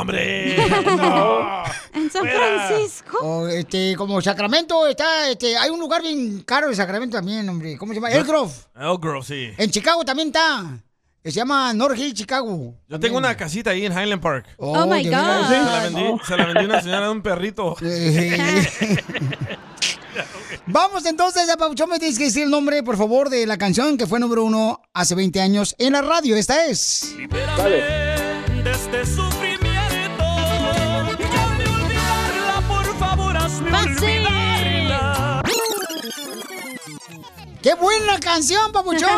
hombre.
En San Francisco.
O, este, como Sacramento está, este, hay un lugar bien caro de Sacramento también, hombre. ¿Cómo se llama? El Grove.
El Grove, sí.
En Chicago también está. Que se llama North Hill Chicago.
Yo tengo una casita ahí en Highland Park.
Oh, Oh, my ¿de veras? God.
Se la vendí, se la vendí una señora de un perrito.
Vamos entonces a Pauchón, me tienes que decir el nombre, por favor, de la canción que fue número uno hace 20 años en la radio. Esta es.
De este sufrimiento. Hazme olvidarla, por favor, hazme olvidarla.
¡Qué buena canción, Papuchón!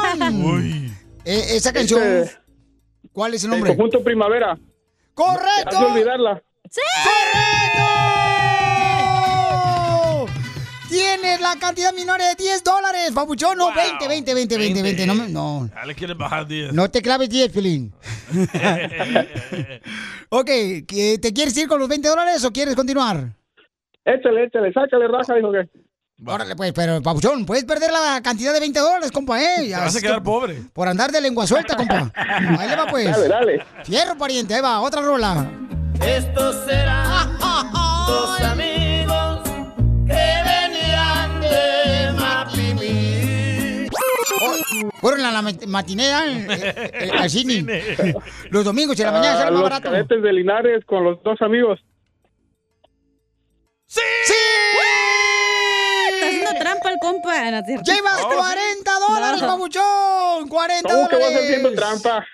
Eh, esa canción.
Este-
¿Cuál es el nombre?
Conjunto Primavera.
¡Correcto!
Hazme olvidarla.
¡Correcto! Tienes la cantidad minoria de 10 dólares, Papuchón. No, 20, 20, 20, 20, 20. No, me- no,
Ya le quieren bajar 10.
no te claves 10, Filín. ok, ¿que- ¿te quieres ir con los 20 dólares o quieres continuar?
Échale, échale, sácale raja, dijo que.
Órale, pues, pero Papuchón, puedes perder la cantidad de 20 dólares, compa, ¿eh?
Te vas a
Así
quedar
que-
pobre.
Por andar de lengua suelta, compa. Ahí le va, pues.
Dale, dale.
Fierro, pariente, ahí va, otra rola.
Estos serán dos amigos que venían de Mapimí.
Fueron a la mat- matinera al- eh, eh, al cine. Los domingos de la mañana
A
sale más
los
barato.
cadetes de Linares con los dos amigos.
Está haciendo trampa el compa. Ah, No, es cierto.
¡Llevas 40 dólares,
No. ¿Cómo
papuchón! ¡40
que vas
¡Oh, dólares!
haciendo
trampa?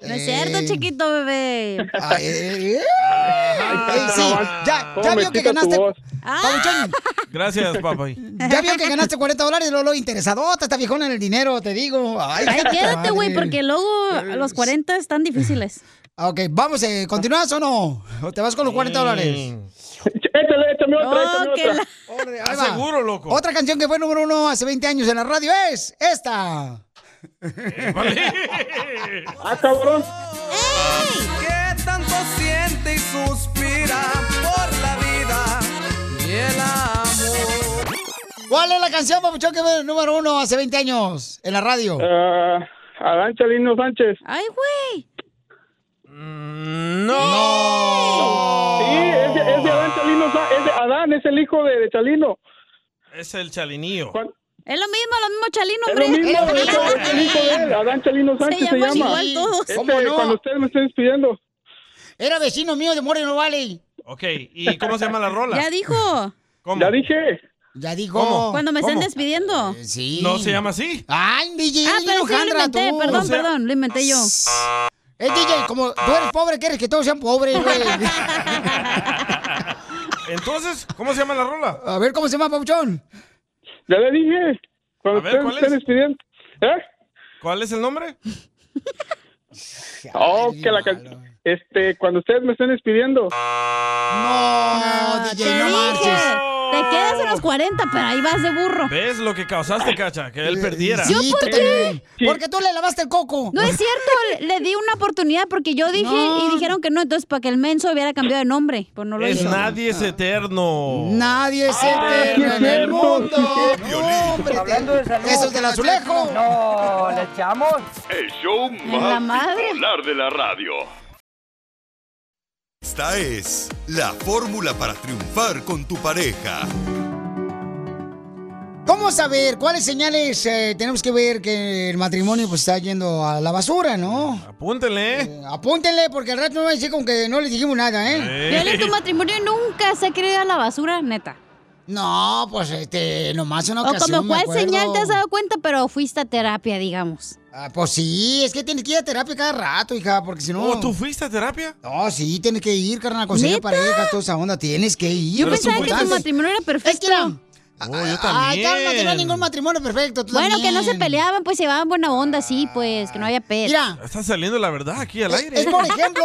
No es cierto,
Eh.
chiquito bebé.
Ay, eh, eh. Ey, sí, ya, ya vio que ganaste. Papuchón,
Gracias, papá.
ya vio que ganaste 40 dólares, Lolo, interesadota, está viejón en el dinero, te digo. Ay,
Ay,
puta
quédate, güey,
madre.
porque luego a los 40 están difíciles.
Ok, vamos, eh, ¿continúas o no? ¿O te vas con los 40 dólares?
Échale, échame
otra,
Oh,
échame otra.
Ah,
Ahí va.
Seguro, loco.
Otra canción que fue número uno hace 20 años en la radio es esta.
Ah, cabrón.
Que tanto siente y suspira por la vida y el amor.
¿Cuál es la canción, papuchón, que fue número uno hace 20 años en la radio?
Ah, Adán Chalino Sánchez.
Ay, güey.
Mm,
No.
Sí, es de, es de Adán Chalino Sa- Es de Adán, es el hijo de, de Chalino.
Es el chalinillo.
Es lo mismo, lo mismo Chalino,
Es lo
hombre.
mismo, es el- es el hijo de él. Adán Chalino
Se
Sánchez se llama.
llaman igual todos.
Este,
¿Cómo no?
Cuando ustedes me estén despidiendo.
Era vecino mío de Moreno Valley.
Ok, ¿y cómo se llama la rola?
Ya dijo.
¿Cómo?
Ya dije.
Ya dijo.
Cuando me estén despidiendo.
Sí.
No se llama así.
Ay, DJ,
Ah, pero
es
sí lo
Alejandra,
inventé,
tú.
perdón,
O sea-
perdón, lo inventé yo.
Es DJ, como tú eres pobre, quieres que todos sean pobres, güey.
Entonces, ¿cómo se llama la rola?
A ver, ¿cómo se llama, Pauchón?
Ya le dije. Cuando
A ver,
ustedes me
¿cuál
estén
es?
despidiendo. ¿Eh?
¿Cuál es el nombre?
Oh, que la can- Este, cuando ustedes me estén despidiendo.
No,
Te dije, te quedas en los 40, pero ahí vas de burro.
¿Ves lo que causaste, Cacha? Que él perdiera.
¿Yo por qué?
Porque tú le lavaste el coco.
No es cierto, le di una oportunidad porque yo dije
No.
y dijeron que no, entonces para que el menso hubiera cambiado de nombre, pues no lo
Es
hizo.
nadie es eterno.
Nadie es
sí
eterno
es
en el
cierto,
mundo.
sí es cierto.
No, hombre,
Hablando de salud.
Eso es del azulejo.
No, le echamos.
El show
la
más
madre.
bipolar de la radio.
Esta es la fórmula para triunfar con tu pareja.
¿Cómo saber cuáles señales eh, tenemos que ver que el matrimonio pues está yendo a la basura, no? Eh,
Apúntenle.
Apúntenle porque el rato no va a decir como que no les dijimos nada, ¿eh?
Violín, tu matrimonio nunca se ha querido ir a la basura, neta.
No, pues este, nomás una
O
ocasión.
como
me
cuál
acuerdo.
señal te has dado cuenta, pero fuiste a terapia, digamos.
Ah, pues sí, es que tienes que ir a terapia cada rato, hija, porque si no.
Oh, ¿tú fuiste a terapia?
No, sí, tienes que ir, carnal, a conseguir
¿Neta?
parejas, toda esa onda, tienes que ir. Ah,
Yo pensaba que tu matrimonio era perfecto.
Oh, yo
Ay,
también.
calma, que no hay ningún matrimonio perfecto. tú
bueno, que no se
también.
peleaban, pues se llevaban buena onda, sí, pues, que no había pedo.
Mira,
Está saliendo la verdad aquí al aire.
Es por ejemplo,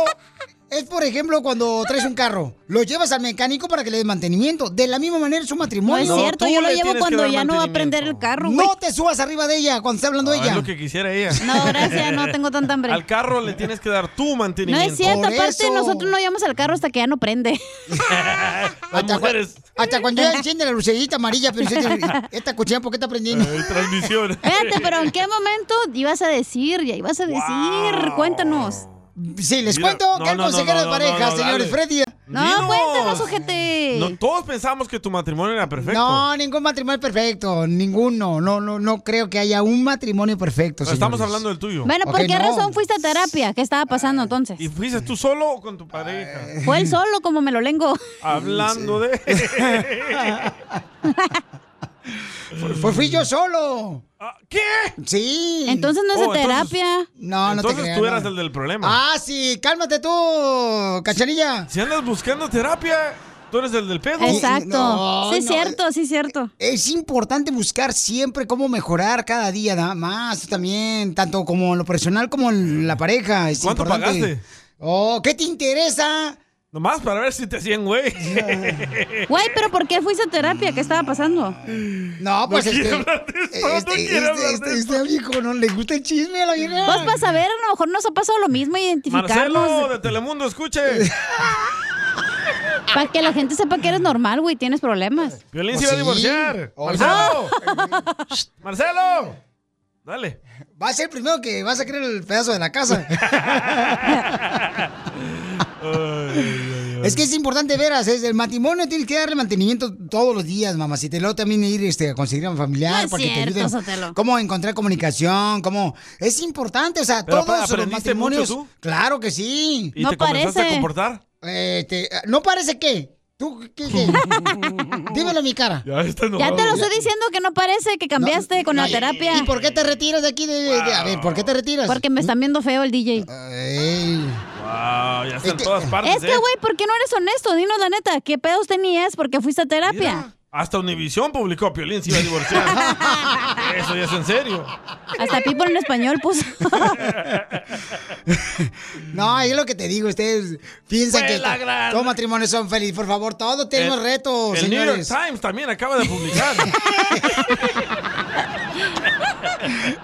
es, por ejemplo, cuando traes un carro, lo llevas al mecánico para que le dé mantenimiento. De la misma manera es un
No es
matrimonio.
cierto, yo lo llevo cuando ya no va a prender el carro, güey.
No te subas arriba de ella cuando está hablando
Ah, es
ella.
lo que quisiera ella.
No, gracias, no tengo tanta hambre.
Al carro le tienes que dar tu
No
mantenimiento.
es cierto, aparte nosotros no llevamos al carro hasta que ya no prende.
Las mujeres.
Hasta cuando ya enciende la lucecita amarilla, pero dice, esta cuchilla, ¿por qué está prendiendo?
eh, transmisión.
Espérate, pero ¿en qué momento ibas a decir? Ya ibas a decir, cuéntanos.
Sí, les
Mira,
cuento
no,
que el
no, no,
consejero
no,
de pareja,
no, no,
señores,
dale.
Freddy. ¿eh?
No, cuéntanos, ojete.
No, todos pensamos que tu matrimonio era perfecto.
No, ningún matrimonio es perfecto, ninguno. No, no, no creo que haya un matrimonio perfecto.
Pero estamos
señores.
hablando del tuyo.
Bueno, ¿por
Ok,
qué
no.
razón fuiste a terapia? ¿Qué estaba pasando entonces?
Ah, ¿Y fuiste tú solo o con tu pareja?
Fue él solo, como me lo lengo.
Hablando de.
Pues fui yo solo.
Ah, ¿Qué? Oh,
Sí.
Entonces no es de terapia.
No, no te
Entonces
creas,
tú
no.
eras el del problema.
Ah, sí, cálmate tú, cachanilla.
Si andas buscando terapia, tú eres el del pedo.
Exacto.
No,
sí, es
no. eh,
cierto, sí, es cierto.
Es importante buscar siempre cómo mejorar cada día nada más, tú también, tanto como en lo personal como en la pareja. Es
¿Cuánto
importante.
pagaste?
Oh, ¿qué te interesa?
Nomás para ver si te hacían, güey.
Güey, pero ¿por qué fuiste a terapia? ¿Qué estaba pasando?
No, pues
quiero
este,
hablar de esto, no
este,
quiero
este,
hablar de
este- este viejo no le gusta el chisme a la vieja.
Vos vas a ver, Pues, a lo mejor nos ha pasado lo mismo,
este,
Marcelo
identificarnos.
de Telemundo, escuche.
Pues
Para que la gente sepa que eres normal, güey, tienes problemas.
Violín se iba a divorciar. Marcelo. Marcelo. Dale.
Va a ser el primero que vas a querer el pedazo de la casa. Es que es importante veras, es el matrimonio tienes que darle mantenimiento todos los días, mamá. Si te lo también ir este, a conseguir un familiar
No es
para que
cierto,
te ayuden.
Sotelo.
Cómo encontrar comunicación, cómo es importante, o sea,
Pero, pa,
todos los
¿aprendiste mucho
matrimonios.
tú?
Claro que sí.
¿Y te comenzaste a comportar?
Este, no parece que. ¿Tú qué? qué? Dímelo a mi cara.
Ya está
Ya te lo estoy diciendo que no parece que cambiaste con la
no,
terapia.
¿Y por qué te retiras de aquí? De, de- a ver, ¿por qué te retiras?
Porque me están viendo feo el DJ.
Wow, ya está en
que-
todas partes.
es que,
¿eh?
güey, ¿por qué no eres honesto? Dinos la neta, ¿qué pedos tenías porque fuiste a terapia?
Hasta Univisión publicó Piolín se iba a divorciar. Eso ya es en serio.
Hasta People en español puso.
No, es lo que te digo, ustedes piensan
Fue
que
la gran-
todos matrimonios son felices. Por favor, todos tenemos
El-
retos,
El New York
señores.
Times también acaba de publicar.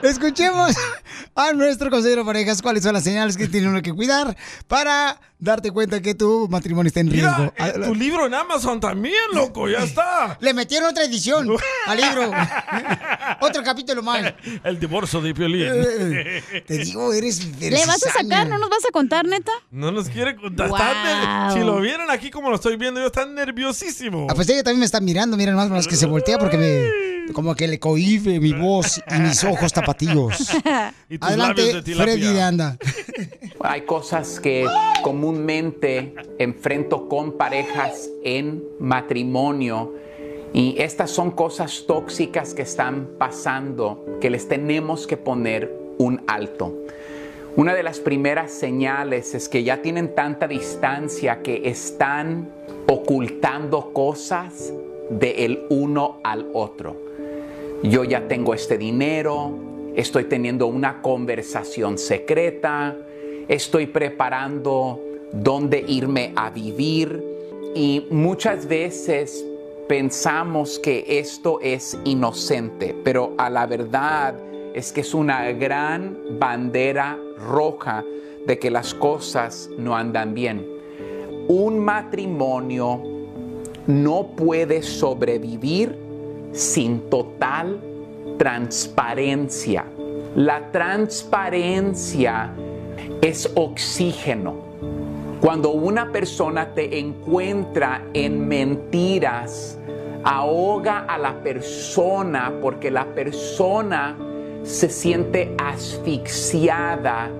Escuchemos a nuestro consejero de parejas cuáles son las señales que tiene uno que cuidar para darte cuenta que tu matrimonio está en riesgo.
Mira, eh, tu libro en Amazon también, loco, ya está.
Le metieron otra edición al libro. Otro capítulo más.
El divorcio de
Eh,
Piolín.
Te digo, eres... eres
¿Le vas a sacar? ¿No nos vas a contar, neta?
No nos quiere contar.
Wow.
Está ner- Si lo vieran aquí como lo estoy viendo, yo están nerviosísimo.
Ah, pues ella también me está mirando, miren más, más que se voltea porque me... Como que le cohibe mi voz y mis ojos tapatíos.
Y tus labios
Adelante,
de tilapia.
Freddy de Anda.
Hay cosas que comúnmente enfrento con parejas en matrimonio y estas son cosas tóxicas que están pasando que les tenemos que poner un alto. Una de las primeras señales es que ya tienen tanta distancia que están ocultando cosas del uno al otro yo ya tengo este dinero, estoy teniendo una conversación secreta, estoy preparando dónde irme a vivir y muchas veces pensamos que esto es inocente, pero a la verdad es que es una gran bandera roja de que las cosas no andan bien. Un matrimonio no puede sobrevivir sin total transparencia. La transparencia es oxígeno. Cuando una persona te encuentra en mentiras, ahoga a la persona porque la persona se siente asfixiada,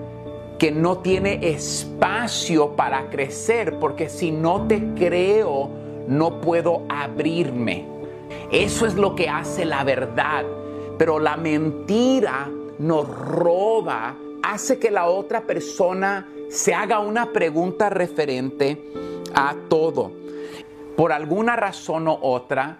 que no tiene espacio para crecer, porque si no te creo, no puedo abrirme. Eso es lo que hace la verdad. Pero la mentira nos roba, hace que la otra persona se haga una pregunta referente a todo. Por alguna razón u otra,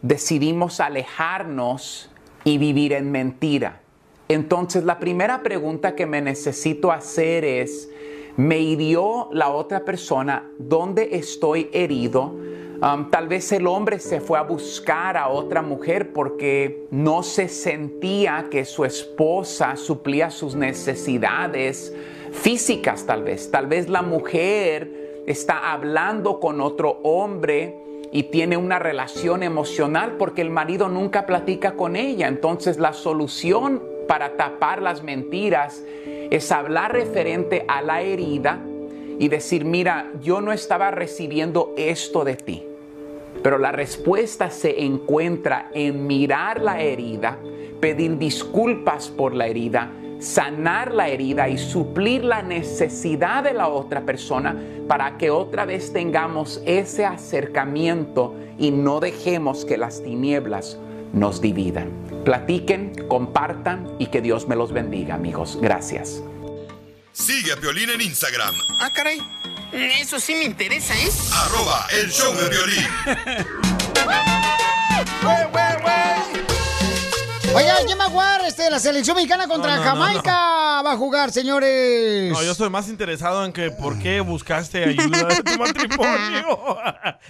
decidimos alejarnos y vivir en mentira. Entonces, la primera pregunta que me necesito hacer es, me hirió la otra persona, ¿dónde estoy herido? Um, tal vez el hombre se fue a buscar a otra mujer porque no se sentía que su esposa suplía sus necesidades físicas tal vez. Tal vez la mujer está hablando con otro hombre y tiene una relación emocional porque el marido nunca platica con ella. Entonces la solución para tapar las mentiras es hablar referente a la herida y decir, mira, yo no estaba recibiendo esto de ti. Pero la respuesta se encuentra en mirar la herida, pedir disculpas por la herida, sanar la herida y suplir la necesidad de la otra persona para que otra vez tengamos ese acercamiento y no dejemos que las tinieblas nos dividan. Platiquen, compartan y que Dios me los bendiga, amigos. Gracias.
Sigue a Piolín en Instagram,
Ah, caray. Eso sí me interesa, ¿eh?
Ah.
arroba el show de violín.
Oiga, ¿quién va a jugar este, la selección mexicana contra
No, no, no,
Jamaica? Va a jugar, señores.
No, yo estoy más interesado en que por qué buscaste ayuda de tu matrimonio.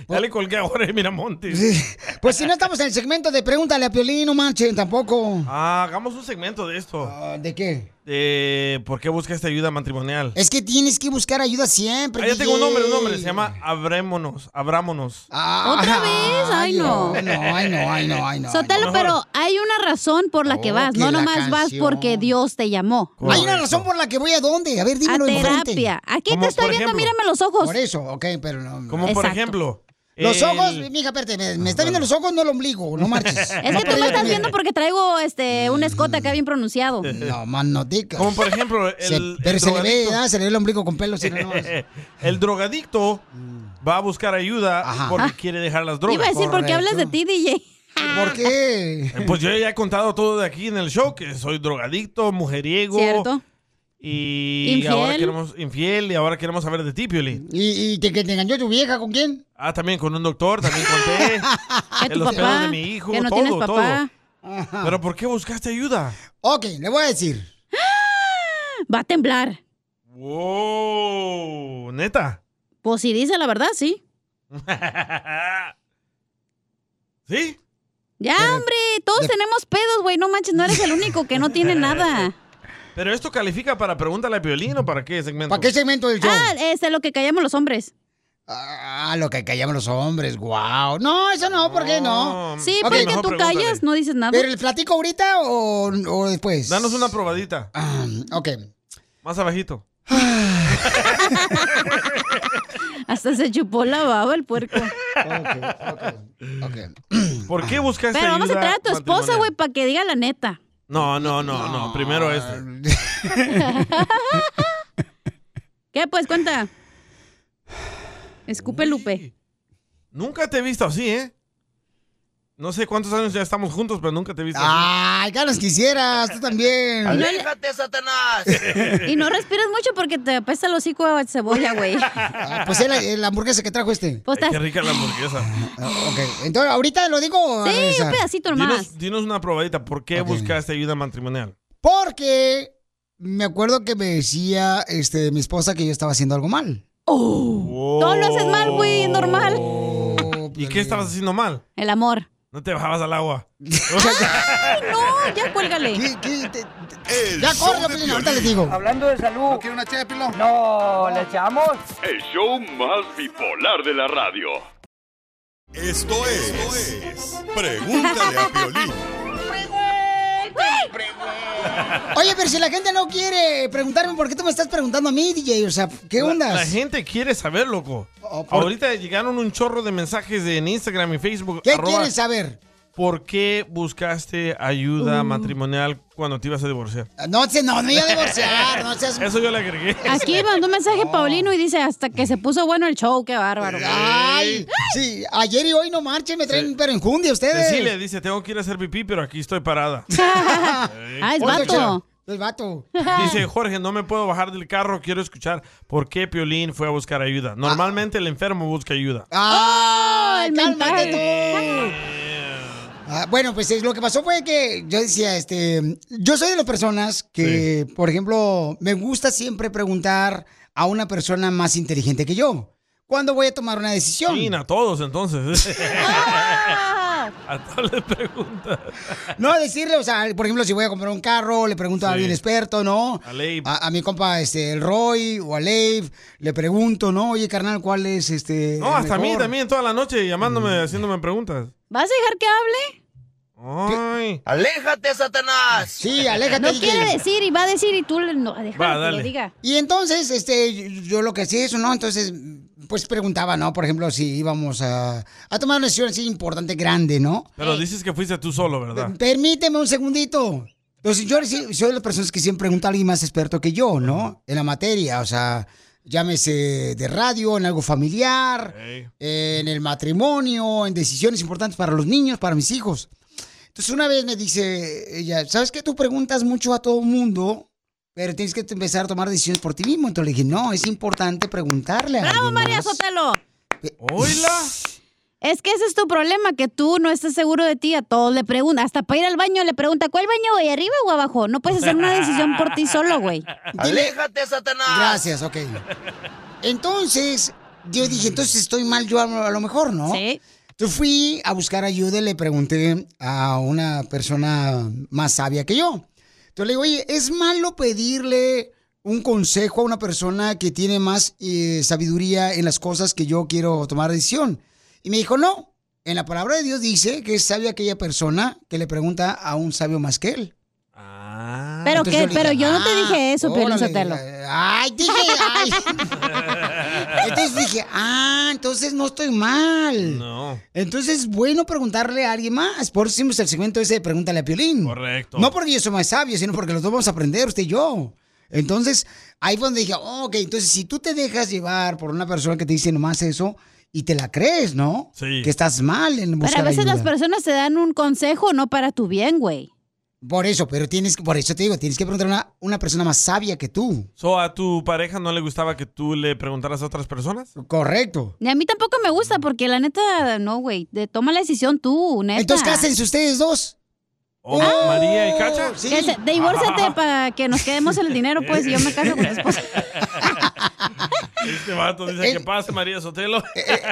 ya le colgué ahora a Miramontes.
Pues si no estamos en el segmento de pregúntale a Piolín, no manchen tampoco.
Ah, hagamos un segmento de esto.
Ah, ¿De qué?
De por qué buscaste ayuda matrimonial.
Es que tienes que buscar ayuda siempre.
Ah, ya tengo un
DJ.
nombre, un nombre. Se llama Abrémonos. Abrámonos.
Ah,
¿Otra vez? Ay, no. Sotelo, pero hay una razón por la
Oh,
que vas.
que
No
la
nomás vas
canción.
porque Dios te llamó.
Hay una razón por la que voy a dónde. A ver, dímelo
A
enfrente.
terapia. Aquí te estoy viendo, mírame los ojos. Por
eso, ok, pero no.
Como por ejemplo.
Los
el-
ojos, mija, espérate, me, me está viendo los ojos, no el ombligo, no marches.
Es que tú me estás viendo porque traigo este un escote acá bien pronunciado.
No, más no digas.
Como por ejemplo, el,
Se-
el
pero se le ve,
drogadicto.
¿verdad? ah, se le ve el ombligo con pelos. mira nomás.
el drogadicto
Mm.
va a buscar ayuda porque
Ah.
quiere dejar las drogas.
Iba a decir, ¿por qué hablas de ti, DJ?
¿Por qué?
Eh, Pues yo ya he contado todo de aquí en el show, que soy drogadicto, mujeriego.
Cierto.
Y
Infiel.
ahora queremos infiel y ahora queremos saber de ti, Pioli.
¿Y, y te, que te engañó tu vieja con quién?
Ah, también con un doctor, también conté.
tu
Ah,
en los
papá,
pedos de mi hijo,
que no
todo,
tienes papá.
todo. Pero ¿por qué buscaste ayuda?
Ok, le voy a decir.
Va a temblar.
Wow, neta.
Pues si dice la verdad, sí.
¿Sí?
Ya, hombre, todos tenemos pedos, güey. No manches, no eres el único que no tiene nada.
Pero esto califica para pregúntale a Piolín o para qué segmento?
segmento del show?
Ah, este, lo que callamos los hombres.
Ah, lo que callamos los hombres, wow. No, eso no, ¿por qué no? pues,
Sí,
Ok,
porque tú callas, no dices nada.
¿Pero el platico ahorita o, o después?
Danos una probadita.
ok.
Más abajito.
Hasta se chupó la baba el puerco.
¿Por qué buscaste
Pero
ayuda?
vamos a traer a tu esposa,
matrimonial?
güey, para que diga la neta.
No, no, no, no. Primero este.
¿Qué? Pues cuenta. Escupe Lupe.
Nunca te he visto así, ¿eh? No sé cuántos años ya estamos juntos, pero nunca te he visto
Ay, ganas quisieras, tú también.
así.
Satanás!
Y no respiras mucho porque te apesta el hocico a cebolla, güey.
Pues era la hamburguesa que trajo este.
Pues
Qué rica la hamburguesa.
Ah, Ok, entonces ahorita lo digo. al regresar?
Dinos, dinos una probadita. ¿Por qué buscaste ayuda matrimonial?
Porque me acuerdo que me decía este, mi esposa que yo estaba haciendo algo mal.
Todo lo haces mal, güey, normal.
Oh,
¿Y qué estabas haciendo mal?
El amor.
No te bajabas al agua.
No, ya cuélgale.
Ya
show
corre,
de
Piolín, ahorita les
Piolín.
digo.
Hablando de salud. ¿No quiere una ché No, ¿le echamos?
El show más bipolar de la radio.
Esto es Pregúntale a Piolín.
Oye, pero si la gente no quiere preguntarme, ¿por qué tú me estás preguntando a mí, DJ? O sea, ¿qué onda?
La gente quiere saber, loco.
por-
Ahorita llegaron un chorro de mensajes en Instagram y Facebook.
¿Qué
arroba,
quieres saber?
¿Por qué buscaste ayuda
Uh.
matrimonial cuando te ibas a divorciar?
No, se- no, no iba a divorciar, no seas...
Eso yo le agregué.
Aquí mandó un mensaje Paulino y dice hasta que se puso bueno el show, qué bárbaro.
Ay, sí, ayer y hoy no marchen, me traen pero enjundia ustedes.
Cecilia dice, tengo que ir a hacer pipí, pero aquí estoy parada.
ah,
es vato.
Es vato.
Dice Jorge, no me puedo bajar del carro, quiero escuchar por qué Piolín fue a buscar ayuda. Normalmente el enfermo busca ayuda.
¡Ah!
el
cálmate tú. Ah, bueno, pues eh, lo que pasó fue que yo decía, este, yo soy de las personas que, por ejemplo, me gusta siempre preguntar a una persona más inteligente que yo? ¿Cuándo voy a tomar una decisión?
Sí, a todos entonces. a todos les preguntas.
No, decirle, o sea, por ejemplo, si voy a comprar un carro, le pregunto a
Sí.
alguien experto, ¿no?
A Leib.
A, a mi compa, este, el Roy o a Leif, le pregunto, ¿no? Oye, carnal, ¿cuál es este.
No,
el
hasta a mí
mejor? Mm.
también, toda la noche llamándome, haciéndome preguntas.
¿Vas a dejar que hable?
Ay.
¡Aléjate, Satanás!
Sí, aléjate,
No
DJ.
quiere decir y va a decir y tú le- no, deja
Va,
que lo
dale.
diga.
Y entonces, este, yo, yo lo que hacía eso, ¿no? Entonces, pues preguntaba, ¿no? Por ejemplo, si íbamos a, a tomar una decisión así importante, grande, ¿no?
Pero dices que fuiste tú solo, ¿verdad?
Permíteme un segundito. Entonces, yo sí- soy de las personas que siempre pregunta a alguien más experto que yo, ¿no? En la materia, o sea, llámese de radio, en algo familiar, en el matrimonio, en decisiones importantes para los niños, para mis hijos. Entonces, una vez me dice ella, ¿sabes qué? Tú preguntas mucho a todo mundo, pero tienes que empezar a tomar decisiones por ti mismo. Entonces le dije, no, es importante preguntarle a
¡Bravo,
alguien
María
más". Eh,
Sotelo!
¡Hola!
Es que ese es tu problema, que tú no estás seguro de ti. A todos le preguntan, hasta para ir al baño le pregunta, ¿cuál baño voy, arriba o abajo? No puedes hacer una decisión por ti solo, güey.
¡Aléjate, Satanás! Gracias, ok. Entonces, yo dije, entonces estoy mal yo a a lo mejor, ¿no? Sí. Entonces fui a buscar ayuda y le pregunté a una persona más sabia que yo. Entonces le digo, oye, ¿es malo pedirle un consejo a una persona que tiene más eh, sabiduría en las cosas que yo quiero tomar decisión? Y me dijo, no. En la palabra de Dios dice que es sabia aquella persona que le pregunta a un sabio más que él.
Pero
Entonces
qué,
le
pero
dije,
yo no te
"Ah,
dije eso, Piolín
órale". eh,
Sotelo.
Ay, dije, ay. Entonces dije, ah, entonces no estoy mal.
No.
Entonces es bueno preguntarle a alguien más. Por eso hicimos el segmento ese de Pregúntale a Piolín.
Correcto.
No porque yo soy más sabio, sino porque los dos vamos a aprender, usted y yo. Entonces, ahí fue donde dije, oh, ok, entonces si tú te dejas llevar por una persona que te dice nomás eso y te la crees, ¿no?
Sí.
Que estás mal en buscar
Pero a veces
ayuda.
las personas te dan un consejo no para tu bien, güey.
Por eso, pero tienes que, por eso te digo, tienes que preguntar a una, una persona más sabia que tú.
So, ¿A tu pareja no le gustaba que tú le preguntaras a otras personas?
Correcto.
Y a mí tampoco me gusta porque la neta, no, güey. de- Toma la decisión tú, neta.
Entonces, ¿qué hacen ustedes dos? Oh,
Oh, María y Cacha.
Que se- divórciate para que nos quedemos el dinero, pues, y yo me caso con tu esposa.
Este vato dice
Eh,
que pasa, María Sotelo.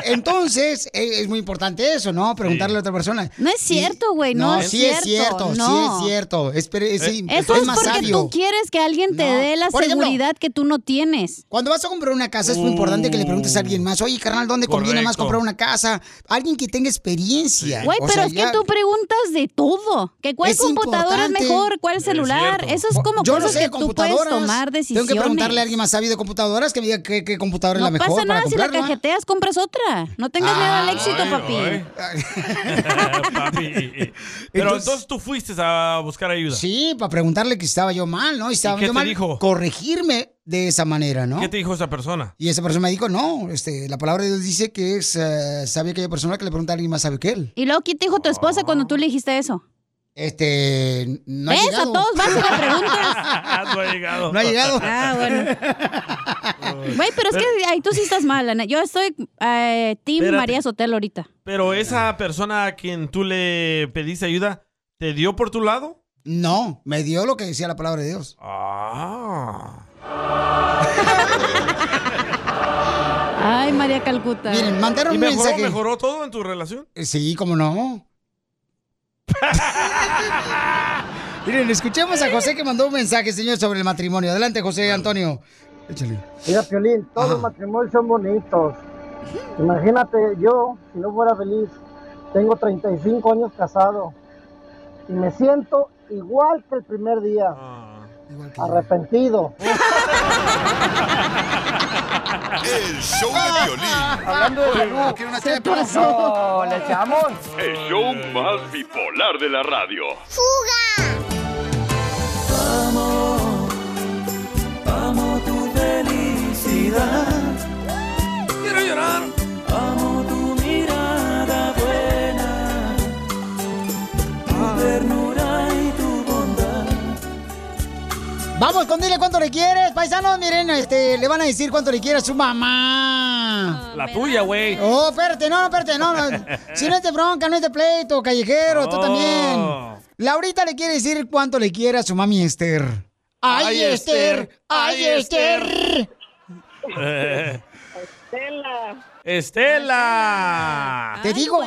Entonces, e- es muy importante eso, ¿no? Preguntarle a otra persona.
No es cierto, güey, Pues no es
sí es
cierto,
cierto,
no.
sí es cierto. Es, pre- es, sí,
Eso
es
es
más
porque
sabio.
tú quieres que alguien te
No.
dé la
Por ejemplo,
seguridad que tú no tienes.
Cuando vas a comprar una casa es muy importante que le preguntes a alguien más, oye, carnal, ¿dónde conviene más
Correcto.
comprar una casa? Alguien que tenga experiencia.
Güey,
O
pero
sea,
es
ya-
que tú preguntas de todo. Que cuál
Es
computadora
importante.
es mejor, cuál celular. Eso es como
Yo no
cosas
sé de
que tú puedes
computadoras.
tomar decisiones.
Tengo que preguntarle a alguien más sabio de computadoras que me diga qué, qué computadora es la
No
mejor
pasa nada
para
si la
comprarla.
cajeteas, compras otra. No tengas miedo al
Ah,
éxito,
ay,
papi.
eh.
ay.
Papi. Pero
Entonces-
entonces tú fuiste a buscar ayuda.
Sí, para preguntarle que estaba yo mal, ¿no? Y estaba
qué
yo
te
mal.
dijo?
Corregirme de esa manera, ¿no?
¿Qué te dijo esa persona?
Y esa persona me dijo, no, este, la palabra de Dios dice que es eh, sabia aquella persona que le pregunta a alguien más sabio que él.
Y luego, ¿qué te dijo tu esposa cuando tú le dijiste eso?
Este, no ha
¿Ves? A
llegado.
todos vas y le preguntas.
no ha llegado.
No ha llegado.
Ah, bueno. Güey, pero es que ahí tú sí estás mal, Ana. Yo estoy eh, Team
Espérate.
María Sotelo ahorita.
Pero esa persona a quien tú le pediste ayuda, ¿te dio por tu lado?
No, me dio lo que decía la palabra de Dios.
Ah.
Ay, María Calcuta.
Miren, mandaron
¿Y
un
mejoró,
mensaje.
mejoró todo en tu relación?
Eh, Sí, cómo no. Miren, escuchemos a José que mandó un mensaje, señor, sobre el matrimonio. Adelante, José Antonio. Échale.
Mira, Piolín, todos los matrimonios son bonitos. Imagínate yo, si no fuera feliz, tengo 35 años casado y me siento igual que el primer día, arrepentido.
El show de violín.
Hablando de
Ah,
salud.
de
No,
pasó?
¿Le echamos?
El show más bipolar de la radio.
Amo, amo tu felicidad. Quiero llorar. Amo tu mirada buena, tu ternura y tu bondad.
Vamos con dile cuánto le quieres, paisanos. Miren, este, le van a decir cuánto le quiere a su mamá.
La tuya, güey.
Oh, espérate, no, espérate, no, no. Si no es de bronca, no es de pleito, callejero, tú
Oh.
también. Laurita le quiere decir cuánto le quiere a su mami Esther. ¡Ay, Esther! ¡Ay, Esther!
Estela.
Estela.
Te digo.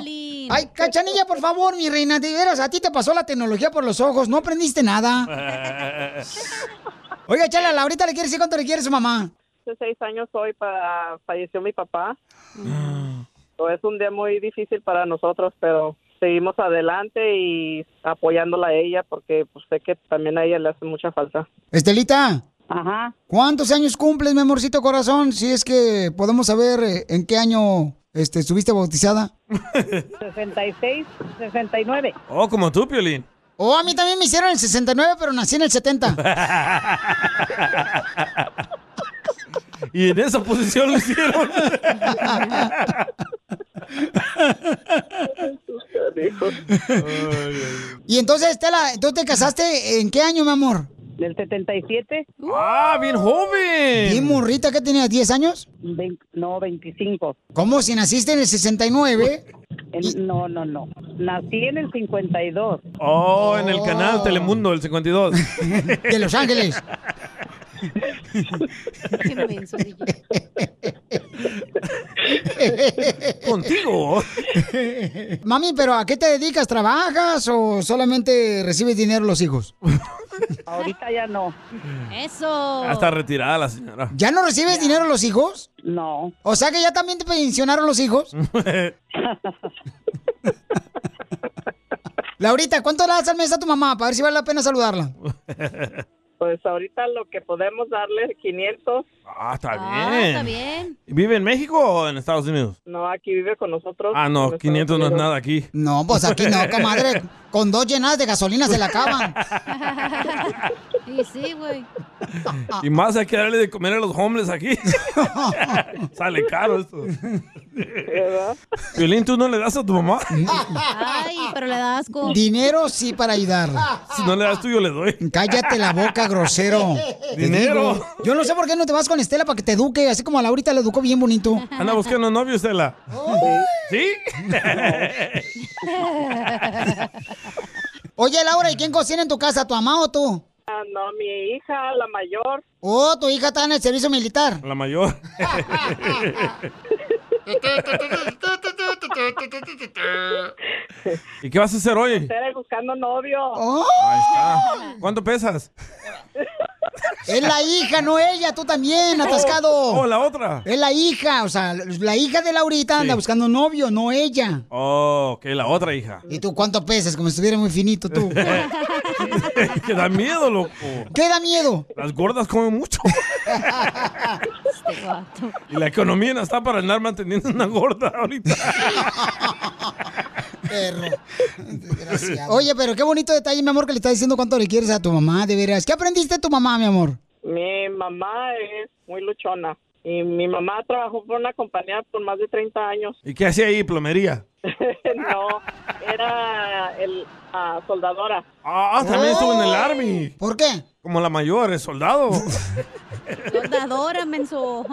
Ay, cachanilla, por favor, mi reina, de veras, a ti te pasó la tecnología por los ojos, no aprendiste nada. Oiga, Chala, ahorita le quiere decir cuánto le quiere su mamá.
Hace seis años hoy pa- falleció mi papá.
Mm.
So, Es un día muy difícil para nosotros, pero seguimos adelante y apoyándola a ella porque pues, sé que también a ella le hace mucha falta.
Estelita.
Ajá.
¿Cuántos años cumples, mi amorcito corazón? Si es que podemos saber eh, en qué año este, estuviste bautizada.
66, 69.
Oh, como tú, Piolín.
Oh, a mí también me hicieron el 69, pero nací en el 70.
y en esa posición lo hicieron.
y entonces, Estela, ¿tú te casaste en qué año, mi amor?
Del 77.
¡Ah, bien joven!
¿Y morrita que tenías? ¿10 años?
no, 25.
¿Cómo? Si naciste en el 69.
no, no, no. Nací en el 52.
Oh, en el canal Telemundo, el 52.
De Los Ángeles.
é
Contigo.
Mami, ¿pero a qué te dedicas? ¿Trabajas o solamente recibes dinero los hijos?
Ahorita ya no.
Eso.
Ya está retirada la señora.
¿Ya no recibes dinero los hijos?
No.
O sea que ya también te pensionaron los hijos. Laurita, ¿cuánto le das al mes a tu mamá para ver si vale la pena saludarla?
Pues ahorita lo que podemos darle 500.
Ah, está bien.
Ah, está bien.
¿Vive en México o en Estados Unidos?
No, aquí vive con nosotros.
Ah, no, 500 no es nada aquí.
No, pues aquí no, comadre. Con dos llenadas de gasolina se la acaban.
Y sí, güey.
Ah,
Y más hay que darle de comer a los homeless aquí. Sale caro esto. Violín, ¿tú no le das a tu mamá?
Mm.
Ay, pero le da asco.
Dinero sí para ayudarla.
Si no le das tú, yo le doy.
Cállate la boca, grosero. Te
Dinero.
digo, Yo no sé por qué no te vas con Estela para que te eduque, así como a Laurita la educó bien bonito.
Anda buscando novio, Estela. ¿Sí?
Oye, Laura, ¿y quién cocina en tu casa, tu mamá o tú?
Ah, no, mi hija, la mayor.
Oh, tu hija está en el servicio militar.
La mayor. ¿Y qué vas a hacer hoy?
Ustedes buscando novio.
Ahí está. ¿Cuánto pesas?
Es la hija, no ella, tú también, atascado.
Oh, oh, la otra.
Es la hija, o sea, la hija de Laurita anda buscando novio, no ella.
Oh, que la otra hija.
¿Y tú cuánto pesas? Como si estuviera muy finito tú.
que da miedo, loco.
¿Qué da miedo?
Las gordas comen mucho.
é
Y la economía no está para andar manteniendo una gorda ahorita.
Perro. Oye, pero qué bonito detalle, mi amor, que le estás diciendo cuánto le quieres a tu mamá, de veras. ¿Qué aprendiste de tu mamá, mi amor?
Mi mamá es muy luchona. Y mi mamá trabajó por una compañía por más de 30 años.
¿Y qué hacía ahí? ¿Plomería?
no, era el, ah, soldadora. Oh.
Ah, también estuvo en el Army.
Oh. ¿Por qué?
Como la mayor, es soldado.
Soldadora, menso.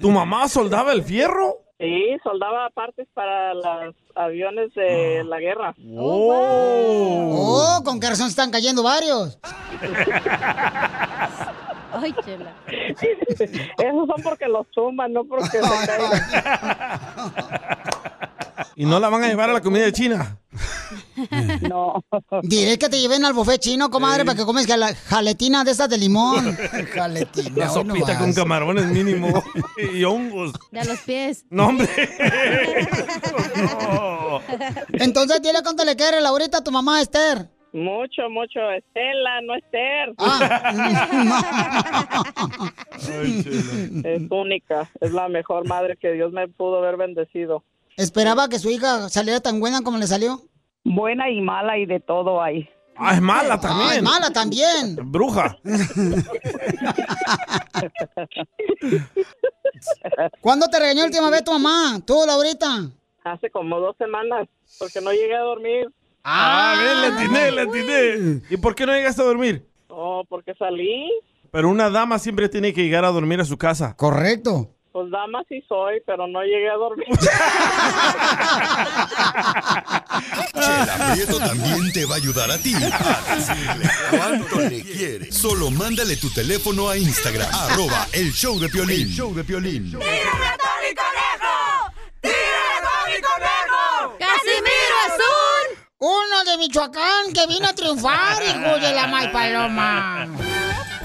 ¿Tu mamá soldaba el fierro?
Sí, soldaba partes para los aviones
Ah.
de la guerra.
Oh, con qué razón están cayendo varios.
Ay, chela.
Esos son porque los suman, no porque se caigan.
¿Y no la van a llevar a la comida de China?
No.
Diré que te lleven al buffet chino, comadre, para que comes jala- jaletina de esas de limón. Jaletina.
Una
hoy no
sopita
vas.
con camarones mínimo y hongos.
De a los pies.
No, hombre.
Entonces, dile cuánto le quieres, Laurita, a tu mamá, Esther.
Mucho, mucho. Estela, no Esther.
Ah,
es única. Es la mejor madre que Dios me pudo haber bendecido.
¿Esperaba que su hija saliera tan buena como le salió?
Buena y mala y de todo hay.
Ah, es mala también.
Ah, es mala también.
Bruja.
¿Cuándo te regañó la última vez tu mamá? Tú, Laurita.
Hace como dos semanas, porque no llegué a dormir.
Ah, ven, le atiné, le atiné. ¿Y por qué no llegaste a dormir?
Oh, porque salí.
Pero una dama siempre tiene que llegar a dormir a su casa.
Correcto.
Pues dama sí soy, pero no llegué a dormir.
Chela Prieto también te va a ayudar a ti a decirle cuánto le quieres. Solo mándale tu teléfono a Instagram, arroba el show de Piolín. El show de Piolín.
¡Casimiro es un... Uno de Michoacán que vino a triunfar, hijo de la May Paloma.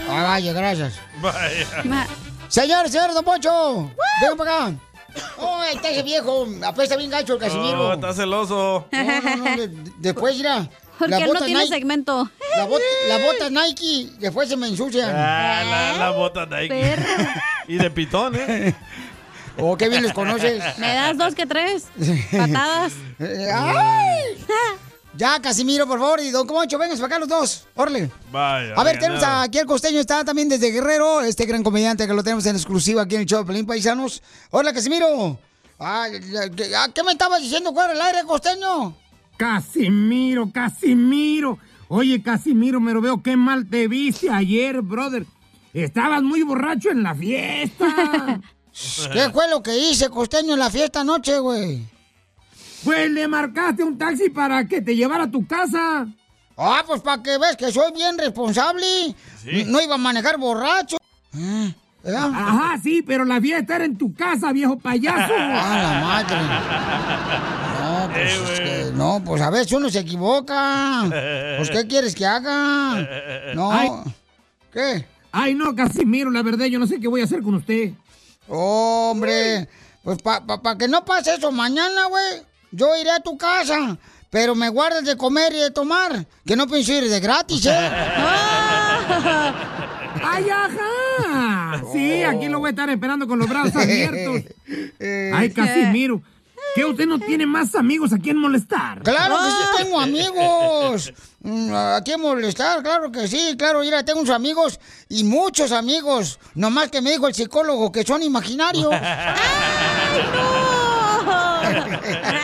Ah, vaya, gracias.
Vaya.
Señor, señor, don Poncho. Venga para acá. Oh, está ese viejo. Apesta bien gacho el Casimiro.
Oh, está celoso.
No, no, no, de- después irá.
¿Por qué no tiene
segmento? La, bot- la bota Nike, después se me ensucian.
Ah, la,
¿Eh?
la bota de ahí. Y de pitón, ¿eh?
Oh, qué bien les conoces.
¿Me das dos que tres? Patadas.
Eh, ¡Ay! Ya, Casimiro, por favor, y don Comoncho, vengan para acá los dos. Orle.
Vaya.
A ver,
le
tenemos
ganaron.
aquí al costeño, está también desde Guerrero, este gran comediante que lo tenemos en exclusiva aquí en el show de Pelín Paisanos. Hola, Casimiro. Ah, ya- ya- ¿Qué me estabas diciendo fuera el aire, costeño?
Casimiro, Casimiro. Oye, Casimiro, me lo veo qué mal te viste ayer, brother. Estabas muy borracho en la fiesta.
¿Qué fue lo que hice, costeño, en la fiesta anoche, güey?
Pues le marcaste un taxi para que te llevara a tu casa.
Ah, pues para que veas que soy bien responsable. No iba a manejar borracho. Ah,
Ajá, sí, pero la fiesta era en tu casa, viejo payaso.
Ah, la madre. No, pues, es que- no, pues a veces uno se equivoca. Pues, ¿qué quieres que haga? No.
Ay.
¿Qué?
Ay, no, Casimiro, la verdad, yo no sé qué voy a hacer con usted.
Hombre, pues para que no pase eso mañana, güey, yo iré a tu casa, pero me guardas de comer y de tomar, que no pienso ir de gratis, ¿eh?
Ah!
¡Ay, ajá! Sí, aquí lo voy a estar esperando con los brazos abiertos.
É.
Ay, Casimiro. ¿Qué usted no tiene más amigos a quien molestar?
Claro que
Ah.
sí tengo amigos. Mm, ¿A quién molestar? Claro que sí, claro. Mira, tengo unos amigos y muchos amigos. Nomás que me dijo el psicólogo que son imaginarios.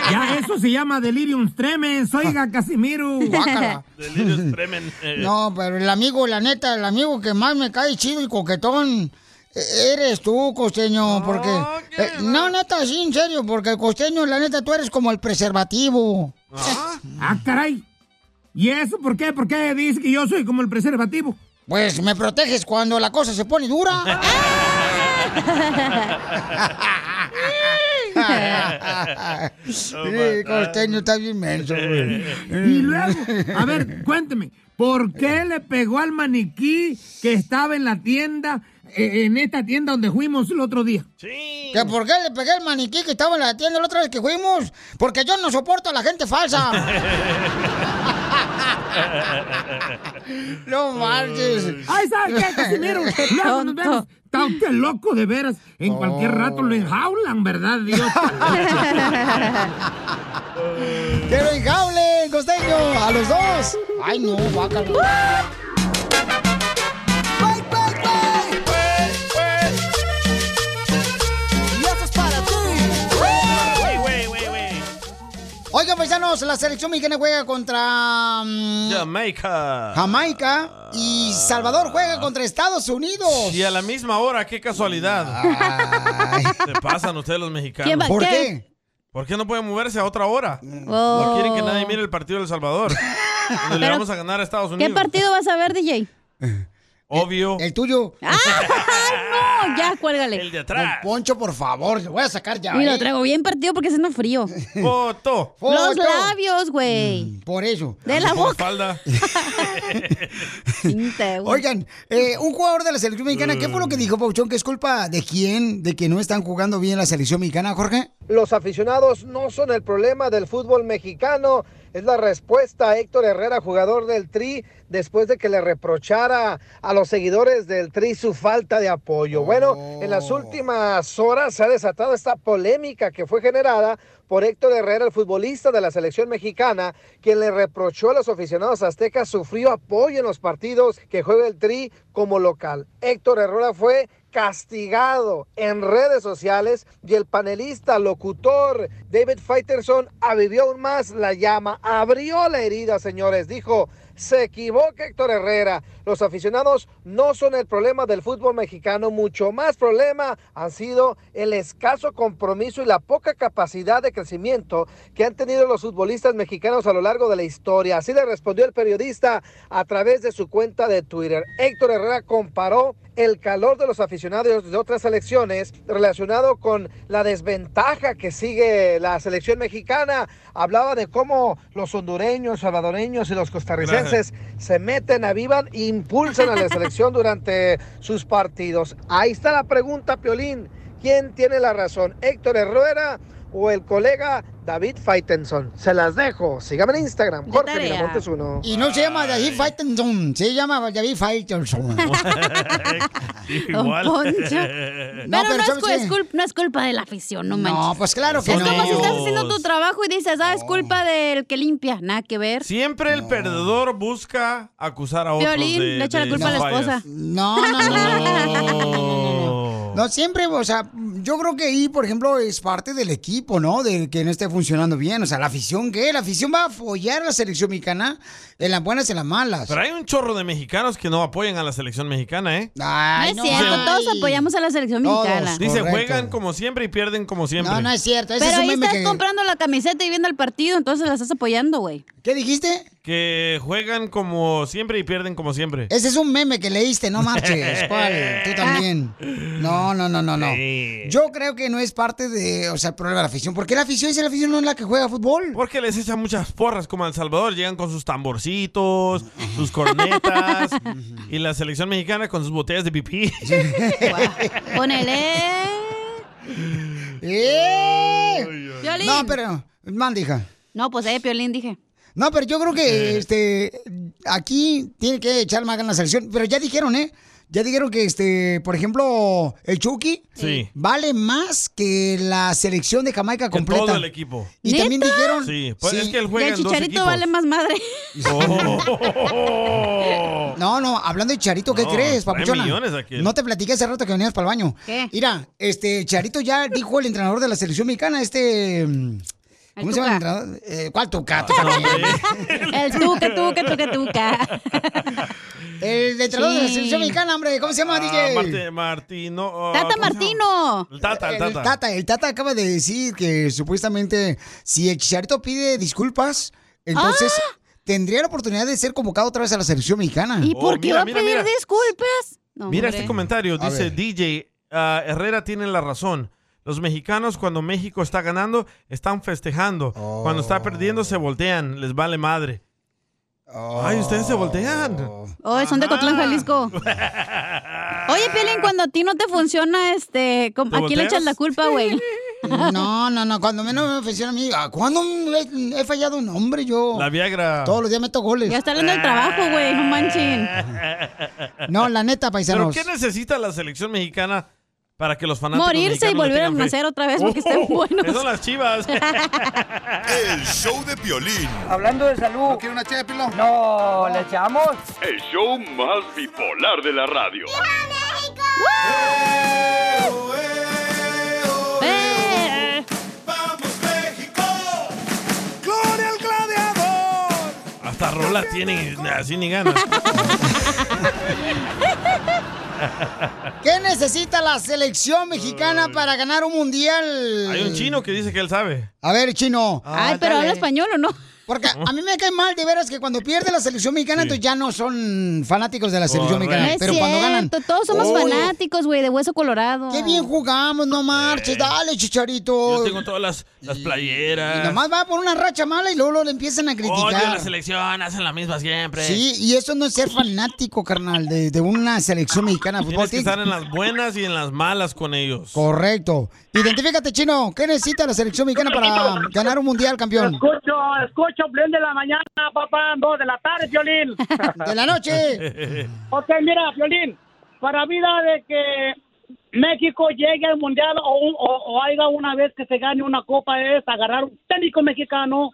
Ya eso se llama delirium tremens, oiga, Casimiro.
Guácala.
Delirios tremen. eh.
No, pero el amigo, la neta, el amigo que más me cae chido y coquetón e- eres tú, costeño, porque...
Oh,
eh, no, neta, sí, en serio, porque el costeño, la neta, tú eres como el preservativo.
Ah, caray. ¿Y eso por qué? ¿Por qué dice que yo soy como el preservativo?
Pues me proteges cuando la cosa se pone dura.
É.
Sí, costeño, está bien menso, güey.
Y luego, a ver, cuénteme, ¿por qué le pegó al maniquí que estaba en la tienda, eh, en esta tienda donde fuimos el otro día?
¿Que por qué le pegué el maniquí que estaba en la tienda la otra vez que fuimos? Porque yo no soporto a la gente falsa. No marches.
Ay, ¿sabes qué, Casimiro? Luego pues, nos vemos. Está usted loco, de veras. En
Oh.
cualquier rato lo enjaulan, ¿verdad, Dios?
¡Que lo enjaulen, costeño! ¡A los dos! ¡Ay, no, vaca!
Y eso es para
Oigan, paisanos, la selección mexicana juega contra mm,
Jamaica.
Jamaica y Salvador juega contra Estados Unidos.
Y a la misma hora, qué casualidad. Se pasan ustedes los mexicanos.
¿Quién va- ¿Por qué? qué?
¿Por qué no pueden moverse a otra hora?
Oh.
No quieren que nadie mire el partido del Salvador. donde le
Pero,
vamos a ganar a Estados
¿Qué
Unidos.
partido vas a ver, DJ?
Obvio.
El tuyo.
¡Ah, no! Ya, cuélgale.
El de
Don Poncho, por favor, lo voy a sacar ya.
Y lo
¿eh?
traigo bien partido porque haciendo frío.
Foto.
Los
Foto.
labios, güey.
Por eso.
De la boca.
Falda.
Oigan, eh, un jugador de la selección mexicana, ¿qué fue lo que
Mm.
dijo Pauchón? ¿Que es culpa de quién? ¿De que no están jugando bien la selección mexicana, Jorge?
Los aficionados no son el problema del fútbol mexicano. Es la respuesta a Héctor Herrera, jugador del Tri, después de que le reprochara a los seguidores del Tri su falta de apoyo. Bueno, en las últimas horas se ha desatado esta polémica que fue generada por Héctor Herrera, el futbolista de la selección mexicana, quien le reprochó a los aficionados aztecas su frío apoyo en los partidos que juega el Tri como local. Héctor Herrera fue castigado en redes sociales y el panelista, locutor David Faitelson avivió aún más la llama, abrió la herida, señores, dijo, Se equivoca Héctor Herrera. Los aficionados no son el problema del fútbol mexicano. Mucho más problema han sido el escaso compromiso y la poca capacidad de crecimiento que han tenido los futbolistas mexicanos a lo largo de la historia. Así le respondió el periodista a través de su cuenta de Twitter. Héctor Herrera comparó el calor de los aficionados de otras selecciones relacionado con la desventaja que sigue la selección mexicana. Hablaba de cómo los hondureños, salvadoreños y los costarricenses se meten, avivan e impulsan a la selección durante sus partidos. Ahí está la pregunta, Piolín. ¿Quién tiene la razón? ¿Héctor Herrera o el colega David Faitenson? Se las dejo. Síganme en Instagram, Jorge
tarea.
Miramontes uno.
Y no se llama David Faitelson, se llama David Faitelson.
Igual.
Don Poncho.
No,
Pero,
pero
no, es,
¿sabes
cu-
qué?
es culp- no es culpa de la afición, no
No,
manches.
pues claro que
es
no.
como si estás haciendo tu trabajo y dices, ah, es culpa del que limpia. Nada que ver.
Siempre el perdedor busca acusar a otros
Violín,
de,
le echa la
de
culpa a la
sus fallas.
esposa.
No, no, no, no, no, no, no, no, no. No, siempre, o sea, yo creo que ahí, por ejemplo, es parte del equipo, ¿no? De que no esté funcionando bien. O sea, la afición, ¿qué? La afición va a apoyar a la selección mexicana en las buenas y en las malas.
Pero hay un chorro de mexicanos que no apoyan a la selección mexicana, ¿eh?
No es cierto, todos apoyamos a la selección mexicana.
Dice, juegan como siempre y pierden como siempre.
No, no es cierto. Ese
Pero
es un
ahí
meme
estás
que-
comprando la camiseta y viendo el partido, entonces la estás apoyando, güey.
¿Qué dijiste?
Que juegan como siempre y pierden como siempre.
Ese es un meme que leíste, no marches.
Eh.
¿Cuál? Tú también. No, no, no, no, no. Yo creo que no es parte de, o sea, el problema de la afición. ¿Por qué la afición si la afición no es la que juega fútbol?
Porque les echan muchas porras, como a El Salvador, llegan con sus tamborcitos, sus cornetas, y la selección mexicana con sus botellas de pipí.
Ponele.
¡Eh!
Piolín.
No, pero, mandija.
No, pues eh, Piolín, dije.
No, pero yo creo
Eh.
que este aquí tiene que echar más ganas la selección. Pero ya dijeron, ¿eh? Ya dijeron que, este, por ejemplo, el Chucky
Sí.
vale más que la selección de Jamaica
Con
completa.
todo el equipo.
Y también dijeron.
Sí, pues
Sí.
es que él juega
y el
en dos
chicharito
equipos.
vale más madre.
No, no, hablando de Charito, ¿qué
Oh. No,
crees,
trae
papuchona?
millones aquí.
No te platiqué hace rato que venías para el baño.
¿Qué?
Mira, este, Charito ya dijo el entrenador de la selección mexicana, este. mm, ¿Cómo se llama el
Tuca.
entrenador? Eh, ¿Cuál Tuca? Tú también.
El tuca, tuca, tuca, tuca.
El entrenador de la
Sí.
selección mexicana, hombre. ¿Cómo se llama,
Ah,
DJ?
Marte- Martino. ah,
Tata
¿cómo se llama?
Martino.
El Tata, el
El
Tata.
Tata, el Tata acaba de decir que supuestamente si el Chicharito pide disculpas, entonces tendría la oportunidad de ser convocado otra vez a la selección mexicana.
¡Ah! ¿Y
Oh,
por qué va a pedir disculpas? No,
Mira
hombre.
este comentario, dice DJ, ah, Herrera tiene la razón. Los mexicanos cuando México está ganando están festejando. Cuando está perdiendo
Oh.
se voltean, les vale madre. Ay, ustedes se voltean.
Oye, son Oh, de Cotlán, Jalisco. Oye, Piolín, cuando a ti no te funciona, este, com-
¿Te
¿a quién le
volteas?
echas la culpa, güey?
No, no, no, cuando menos me ofrecieron a mí, ¿a ¿cuándo he, he fallado un hombre yo?
La Viagra.
Todos los días meto goles.
Ya está hablando del trabajo, güey, no manchen.
No, la neta,
¿Pero
paisanos.
qué necesita la selección mexicana para que los fanáticos
Morirse y
mexicanos le
volver a
tengan fe? Oh,
nacer otra vez porque estén buenos.
Esas son las chivas.
El show de Piolín.
Hablando de salud. ¿No quiere una ché de pilón? No, ¿le echamos?
El show más bipolar de la radio.
Eh,
Eh. ¡Gloria al gladiador!
Hasta rola tienen, así ni ganas.
¿Qué necesita la selección mexicana para ganar un mundial?
Hay un chino que dice que él sabe.
A ver, chino.
Ah, Ay, pero dale. ¿habla
español o no? Porque a mí me cae mal, de veras, que cuando pierde la selección mexicana, entonces ya no son fanáticos de la selección
No
mexicana.
es
pero cuando ganan.
cierto, todos somos
Oye,
fanáticos, güey, de hueso colorado.
Qué bien jugamos, no marches. Dale, chicharito.
Yo tengo todas las, las playeras.
Y nomás va por una racha mala y luego, luego le empiezan a
Odio
criticar.
la selección, hacen la misma siempre.
Sí, y eso no es ser fanático, carnal, de, de una selección mexicana de fútbol.
Tienes que
Tienes-
estar en las buenas y en las malas con ellos.
Correcto. Identifícate, chino. ¿Qué necesita la selección mexicana para ganar un mundial, campeón?
Escucho, escucho, Blend de la mañana, papá, dos de la tarde, Violín.
De la noche.
ok, mira, Violín, para vida de que México llegue al Mundial o, un- o, o haya una vez que se gane una copa es agarrar un técnico mexicano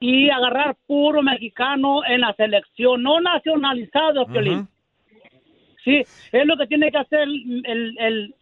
y agarrar puro mexicano en la selección, no nacionalizado, Violín. Sí, es lo que tiene que hacer el, el, el-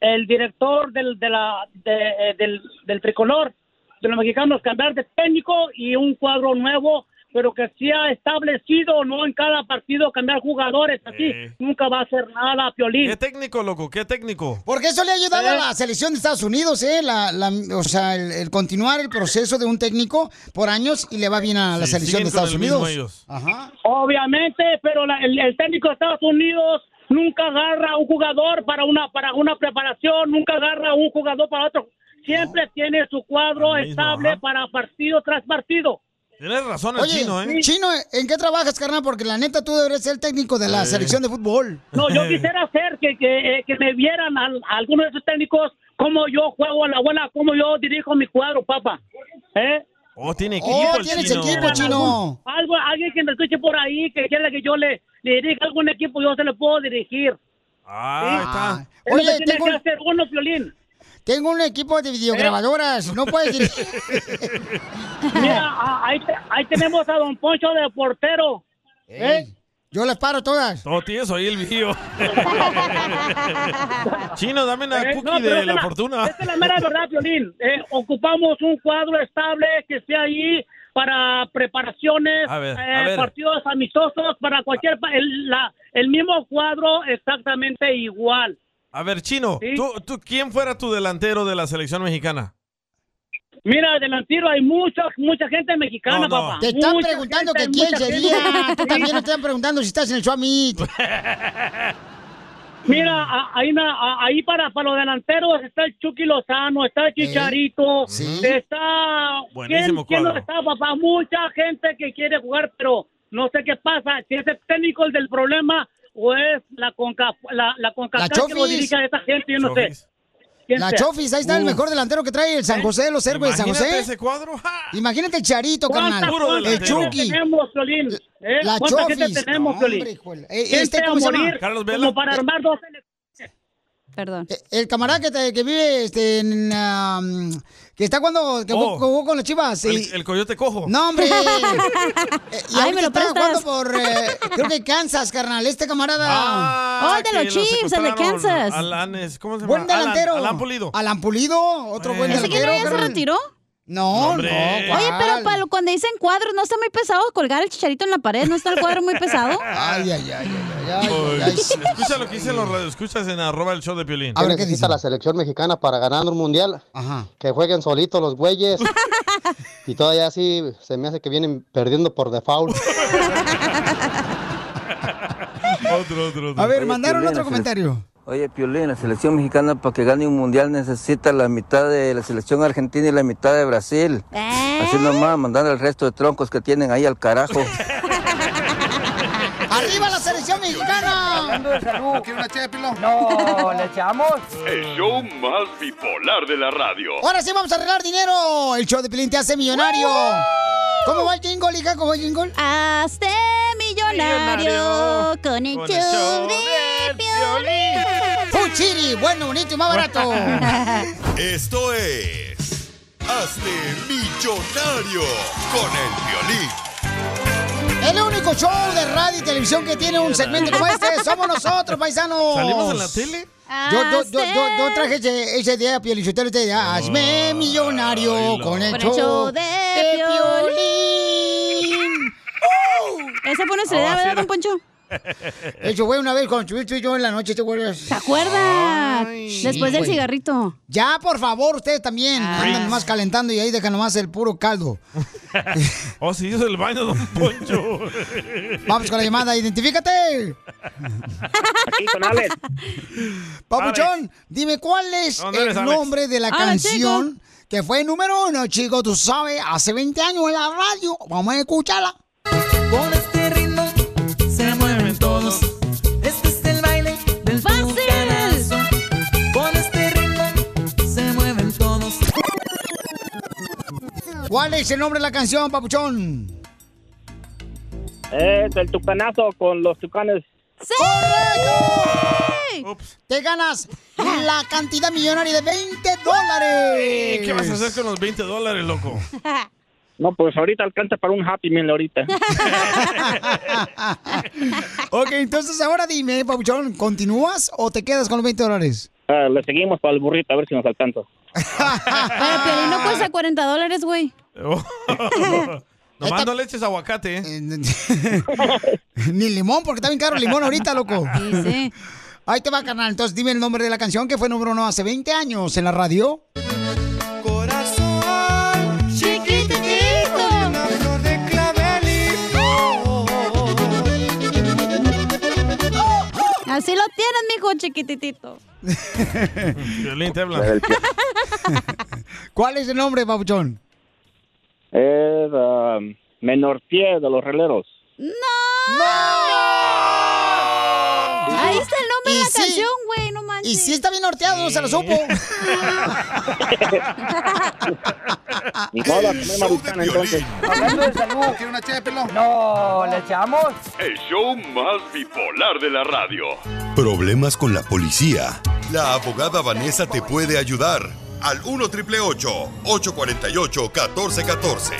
el director del, de la, de, eh, del, del tricolor de los mexicanos, cambiar de técnico y un cuadro nuevo pero que sea establecido, no en cada partido cambiar jugadores, así nunca va a hacer nada, Piolín.
¿Qué técnico, loco? ¿Qué técnico?
Porque eso le ha ayudado a
¿Eh?
la selección de Estados Unidos, ¿eh? La, la- o sea, el, el continuar el proceso de un técnico por años y le va bien a la
Sí,
selección de
siguen con
Estados
el mismo
Unidos.
ellos.
Ajá.
Obviamente, pero la- el, el técnico de Estados Unidos nunca agarra a un jugador para una para una preparación, nunca agarra a un jugador para otro. Siempre tiene su cuadro estable para partido tras partido.
Tienes razón, el
Oye,
chino, ¿eh?
Chino, ¿en qué trabajas, carnal? Porque la neta tú deberías ser técnico de la
Sí.
selección de fútbol.
No, yo quisiera hacer que, que, eh, que me vieran al- algunos de esos técnicos cómo yo juego a la bola, cómo yo dirijo mi cuadro, papá. ¿Eh?
Oh, tiene equipo. el chino.
Algún- Algo, alguien que me escuche por ahí, que quiera que yo le, le dirija algún equipo, yo se le puedo dirigir.
Ah,
ahí está.
Eso
Oye,
tiene
tengo-
que hacer uno, Piolín.
Tengo un equipo de videograbadoras, no puedes ir.
Mira, a- Ah, ahí, te- ahí tenemos a Don Poncho de portero.
¿Eh? Yo les paro todas.
Todo tieso Oh, ahí el video. chino, dame una
Eh,
cookie
no, pero
de
es
la
una-
fortuna.
Esta es la mera verdad, Violín. ocupamos un cuadro estable que esté ahí para preparaciones,
A ver,
eh,
a ver.
partidos amistosos, para cualquier... pa- El, la- el mismo cuadro exactamente igual.
A ver, chino, ¿tú, tú, quién fuera tu delantero de la selección mexicana?
Mira, delantero hay mucha, mucha gente mexicana,
No, no.
papá.
Te están
Mucha
preguntando
gente,
que quién
mucha
sería.
gente.
Tú también te están preguntando si estás en el Suamit.
Mira, a- ahí, na- a- ahí para, para los delanteros está el Chucky Lozano, está el Chicharito, está...
Buenísimo
¿quién, quién no
cuadro.
está, papá? Mucha gente que quiere jugar, pero no sé qué pasa. Si es el técnico el del problema o es la conca, la, la
La
CONCACAF que lo
Chofis.
dirige a esta gente, yo no sé. ¿Quién
La
sea?
Chofis, ahí está el
Uh. ¿Eh?
mejor delantero que trae el San José de los Héroes de San
Imagínate
José.
ese
cuadro?
Imagínate el Charito,
¿Cuántas
carnal.
cosas
El Chucky.
tenemos, Solín? ¿Eh?
La
¿Cuánta
Chofis.
gente tenemos,
No,
Solín?
hombre, hijuela. Eh,
Gente
este,
a
¿cómo se llama?
morir,
Carlos Vela.
como para armar dos
Perdón.
Eh, El camarada que, te- que vive este, en, ah, mm, que está cuando que jugó-
Oh. eh.
jugó con las chivas. y-
El, el coyote cojo.
Ah, No, hombre. y
Ay,
Ay,
me lo
está jugando
prestas.
por, eh, creo que Kansas, carnal. Este camarada.
Ah, que lo secuestraron. Alan es- ¿cómo se llama?
Buen delantero.
Pues, Alan, Alan Pulido. Eh,
Alan Pulido, otro buen
¿Ese que
delantero.
ya se
carnal.
retiró?
No,
hombre.
no. ¿cuál?
Oye, pero para lo- cuando dicen cuadros, ¿no está muy pesado colgar el chicharito en la pared? ¿No está el cuadro muy pesado?
Ay, ay, ay, ay, ay,
Ay, Escucha lo que dicen los radioescuchas en arroba el show de Piolín.
¿Qué necesita la selección mexicana para ganar un mundial? Que jueguen solitos los güeyes. y todavía así se me hace que vienen perdiendo por default.
otro, otro,
A ver,
Oye,
mandaron
Piolín,
otro
la sele-
comentario.
Oye, Piolín, la selección mexicana para que gane un mundial necesita la mitad de la selección argentina y la mitad de Brasil. Así nomás, mandar al resto de troncos que tienen ahí al carajo.
¡Arriba la selección mexicana!
¿No quiere una No, ¿le echamos?
El show más bipolar de la radio.
Ahora sí vamos a arreglar dinero. El show de Pilín te hace millonario. ¿Cómo va el jingle, hija? ¿Cómo va el jingle?
Hazte millonario con el show de Piolín.
¡Puchiri! Bueno, bonito y más barato.
Esto es. Hazte millonario con el violín.
El único show de radio y televisión que tiene un segmento como este somos nosotros, paisanos.
¿Salimos en la tele?
Ah,
Yo, yo, yo, yo, yo traje ese, ese día a Pielichotelo este día.
Ah,
Hazme millonario con el
Con el
show.
show de Piolín. Esa fue
Ah,
nuestra idea, ¿verdad, don Poncho?
Eso fue una vez cuando estuviste tú y yo en la noche, ¿te acuerdas? ¿Te
acuerdas? Después del cigarrito. Ah.
Ya, por favor, ustedes también. Andan nomás calentando y ahí dejan nomás el puro caldo.
oh, sí, hizo el baño, don Poncho.
Vamos con la llamada, identifícate.
Aquí con Alex.
Papuchón, dime cuál es
¿Dónde
el
eres, Alex?
nombre de la
Hola,
canción que fue número uno, chico. Tú sabes, hace 20 años en la radio. Vamos a escucharla.
Con este ritmo se mueven todos. Este es el baile del tucanazo. Con este ritmo se mueven todos.
¿Cuál es el nombre de la canción, Papuchón?
Es el tucanazo con los tucanes.
¡Correcto! Te ganas la cantidad millonaria de 20 dólares.
¿Qué vas a hacer con los 20 dólares, loco?
No, pues ahorita alcanza para un Happy Meal ahorita.
Ok, entonces ahora dime, Papuchón, ¿continúas o te quedas con los 20 dólares?
Ah, le seguimos para el burrito a ver si nos alcanza.
Pero Piolín no cuesta 40 dólares, güey.
Oh. Nomás
Esta-
no le eches aguacate. ¿eh?
Eh, Ni limón, porque está bien caro el limón ahorita, loco. Ahí te va, carnal. Entonces dime el nombre de la canción que fue número uno hace 20 años en la radio.
Corazón chiquitito, una flor de clavelito.
Así lo tienes, mijo, chiquititito.
Violín, te habla.
¿Cuál es el nombre, Papuchón?
Es ah, menor pie de los releros.
Ahí está el nombre de la canción, güey, no manches.
Y sí está bien norteado, no se lo supo.
Ni modo, a comer
maruchan, entonces.
Hablando de salud, ¿quiere una ché de pilón? No, ¿le echamos?
El show más bipolar de la radio.
Problemas con la policía. La abogada Vanessa te puede ayudar. Al 1 triple 848 1414.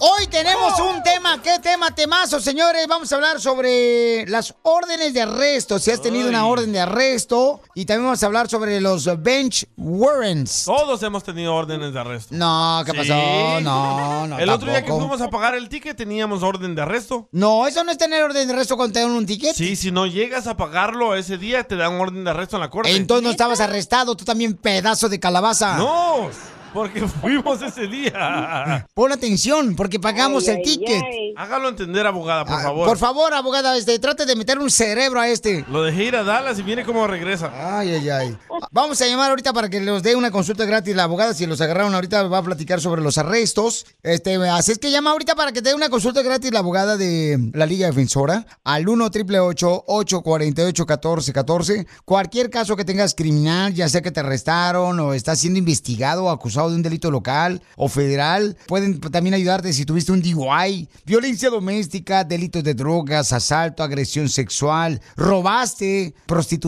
Hoy tenemos
Oh.
un tema, ¿qué tema temazo, señores? Vamos a hablar sobre las órdenes de arresto, si has tenido una orden de arresto, y también vamos a hablar sobre los bench warrants.
Todos hemos tenido órdenes de arresto.
No, ¿qué
Sí.
pasó? No, no.
El otro día que
tampoco.
fuimos a pagar el ticket teníamos orden de arresto.
No, eso no es tener orden de arresto con tener un ticket.
Sí, si no llegas a pagarlo ese día, te dan orden de arresto en la corte.
Entonces no estabas arrestado, tú también pedazo de calabaza.
No, porque fuimos ese día.
Pon atención, porque pagamos el ticket. Ah,
Hágalo entender, abogada, por favor.
Por favor, abogada, este, trate de meter un cerebro a este.
Lo dejé ir a Dallas y viene como regresa.
Ay, ay, ay. Vamos a llamar ahorita para que nos dé una consulta gratis la abogada. Si los agarraron ahorita va a platicar sobre los arrestos. Este, así es que llama ahorita para que te dé una consulta gratis la abogada de la Liga Defensora al 1 848 1414 Cualquier caso que tengas criminal, ya sea que te arrestaron o estás siendo investigado o acusado de un delito local o federal, pueden también ayudarte si tuviste un DUI, violencia doméstica, delitos de drogas, asalto, agresión sexual, robaste,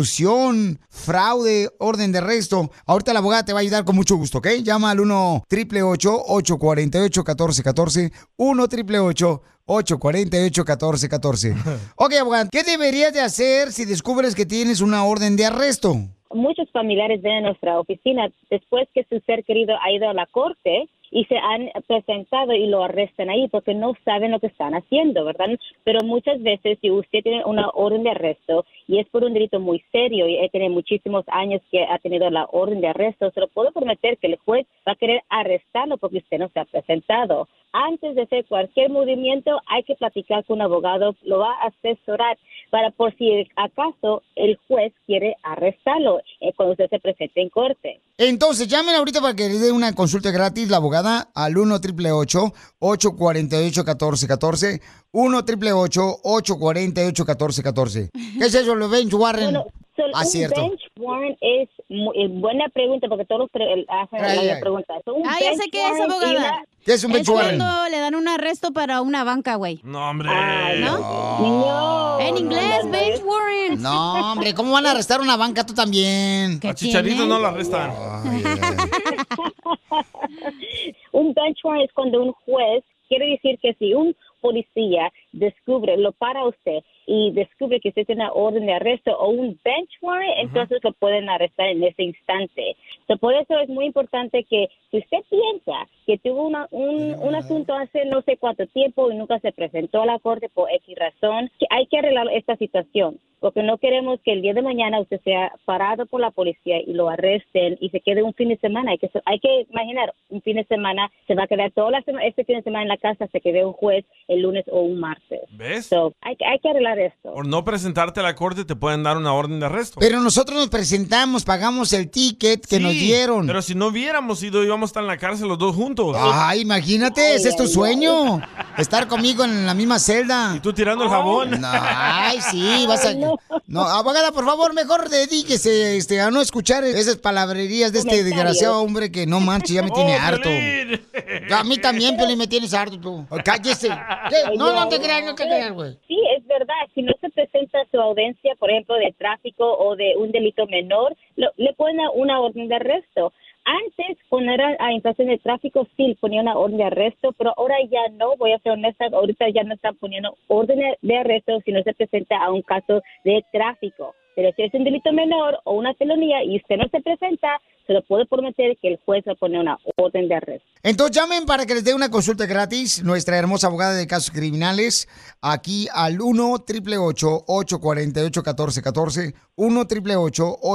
prostitución, fraude, orden de arresto. Ahorita la abogada te va a ayudar con mucho gusto, ¿ok? Llama al 1 888 848 1414 1 888 848 1414 Ok, abogada, ¿qué deberías de hacer si descubres que tienes una orden de arresto?
muchos familiares vienen a nuestra oficina después que su ser querido ha ido a la corte y se han presentado y lo arrestan ahí porque no saben lo que están haciendo, ¿verdad? Pero muchas veces si usted tiene una orden de arresto y es por un delito muy serio y eh, tiene muchísimos años que ha tenido la orden de arresto, se lo puedo prometer que el juez va a querer arrestarlo porque usted no se ha presentado. Antes de hacer cualquier movimiento hay que platicar con un abogado, lo va a asesorar para por si acaso el juez quiere arrestarlo eh, cuando usted se presente en corte.
Entonces, llamen ahorita para que le dé una consulta gratis la abogada al 1 888 848 1414 1 888 848 1414 ¿Qué es eso, lo ven, Warren?
Bueno, so,
Ah,
un
cierto.
bench warrant es mu- eh, buena pregunta porque todos pre- hacen
Ay,
la misma
ay.
pregunta. So, un
Ah, ya
bench
sé qué es,
warrant y
abogada.
una-
¿Qué es un bench warrant?
cuando le dan un arresto para una banca, güey.
No, hombre.
No.
En inglés, bench warrant.
Oh, No, hombre, ¿cómo van a arrestar una banca tú también?
A Chicharito no lo arrestan.
Un bench warrant es cuando un juez quiere decir que si un policía descubre, lo para usted y descubre que usted tiene una orden de arresto o un bench warrant, entonces lo pueden arrestar en ese instante. So, por eso es muy importante que si usted piensa que tuvo una- un, un asunto hace no sé cuánto tiempo y nunca se presentó a la corte por X razón, que hay que arreglar esta situación porque no queremos que el día de mañana usted sea parado por la policía y lo arresten y se quede un fin de semana. Hay que, hay que imaginar, un fin de semana se va a quedar toda la semana, este fin de semana en la casa se quede un juez el lunes o un martes.
¿Ves?
So, hay, que- hay que arreglar esto.
Por no presentarte a la corte te pueden dar una orden de arresto.
Pero nosotros nos presentamos, pagamos el ticket que nos
Sí,
dieron.
Pero si no hubiéramos ido, íbamos a estar en la cárcel los dos juntos.
Ay, imagínate, ese es tu sueño. Estar conmigo en la misma celda. Y
tú tirando el jabón.
Ay, sí, vas a. No. abogada, por favor, mejor dedíquese este, a no escuchar esas palabrerías de este
Comentarios.
desgraciado hombre que no manches, ya me tiene
Oh,
harto.
Piolín.
A mí también, Piolín, me tienes harto tú. Cállese. ¿Qué? No, no te creas, no te creas, güey.
Sí, es verdad. Si no se presenta su audiencia, por ejemplo, de tráfico o de un delito menor, lo- le ponen una orden de arresto. Antes, cuando era a infracción de tráfico, sí ponía una orden de arresto, pero ahora ya no, voy a ser honesta, ahorita ya no están poniendo orden de arresto si no se presenta a un caso de tráfico. Pero si es un delito menor o una felonía y usted no se presenta, Se lo puedo prometer que el juez va a poner una orden de arresto.
Entonces llamen para que les dé una consulta gratis nuestra hermosa abogada de casos criminales aquí al 1 triple 848 1414 1 triple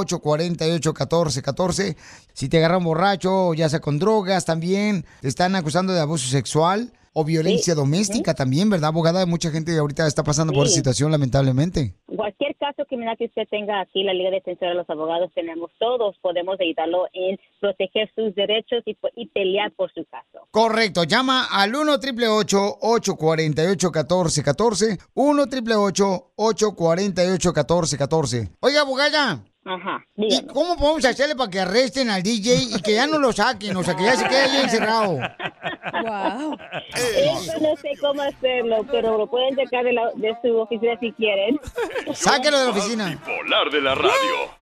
848 1414 Si te agarran borracho, ya sea con drogas también, te están acusando de abuso sexual o violencia
Sí.
doméstica también, ¿verdad, abogada? Mucha gente ahorita está pasando por
Sí.
esa situación, lamentablemente.
Cualquier caso criminal que usted tenga aquí, la Liga Defensora de los Abogados, tenemos todos, podemos ayudarlo en proteger sus derechos y, y pelear por su caso.
Correcto, llama al 1 888 848 1414 1 888 848 1414 Oiga, abogada.
Ajá.
¿Y cómo podemos hacerle para que arresten al DJ y que ya no lo saquen? O sea, que ya se quede ahí encerrado.
Wow. Eso no sé cómo hacerlo, pero lo pueden sacar de, la- de su oficina si quieren.
Sáquelo de la oficina.
Polar de la radio.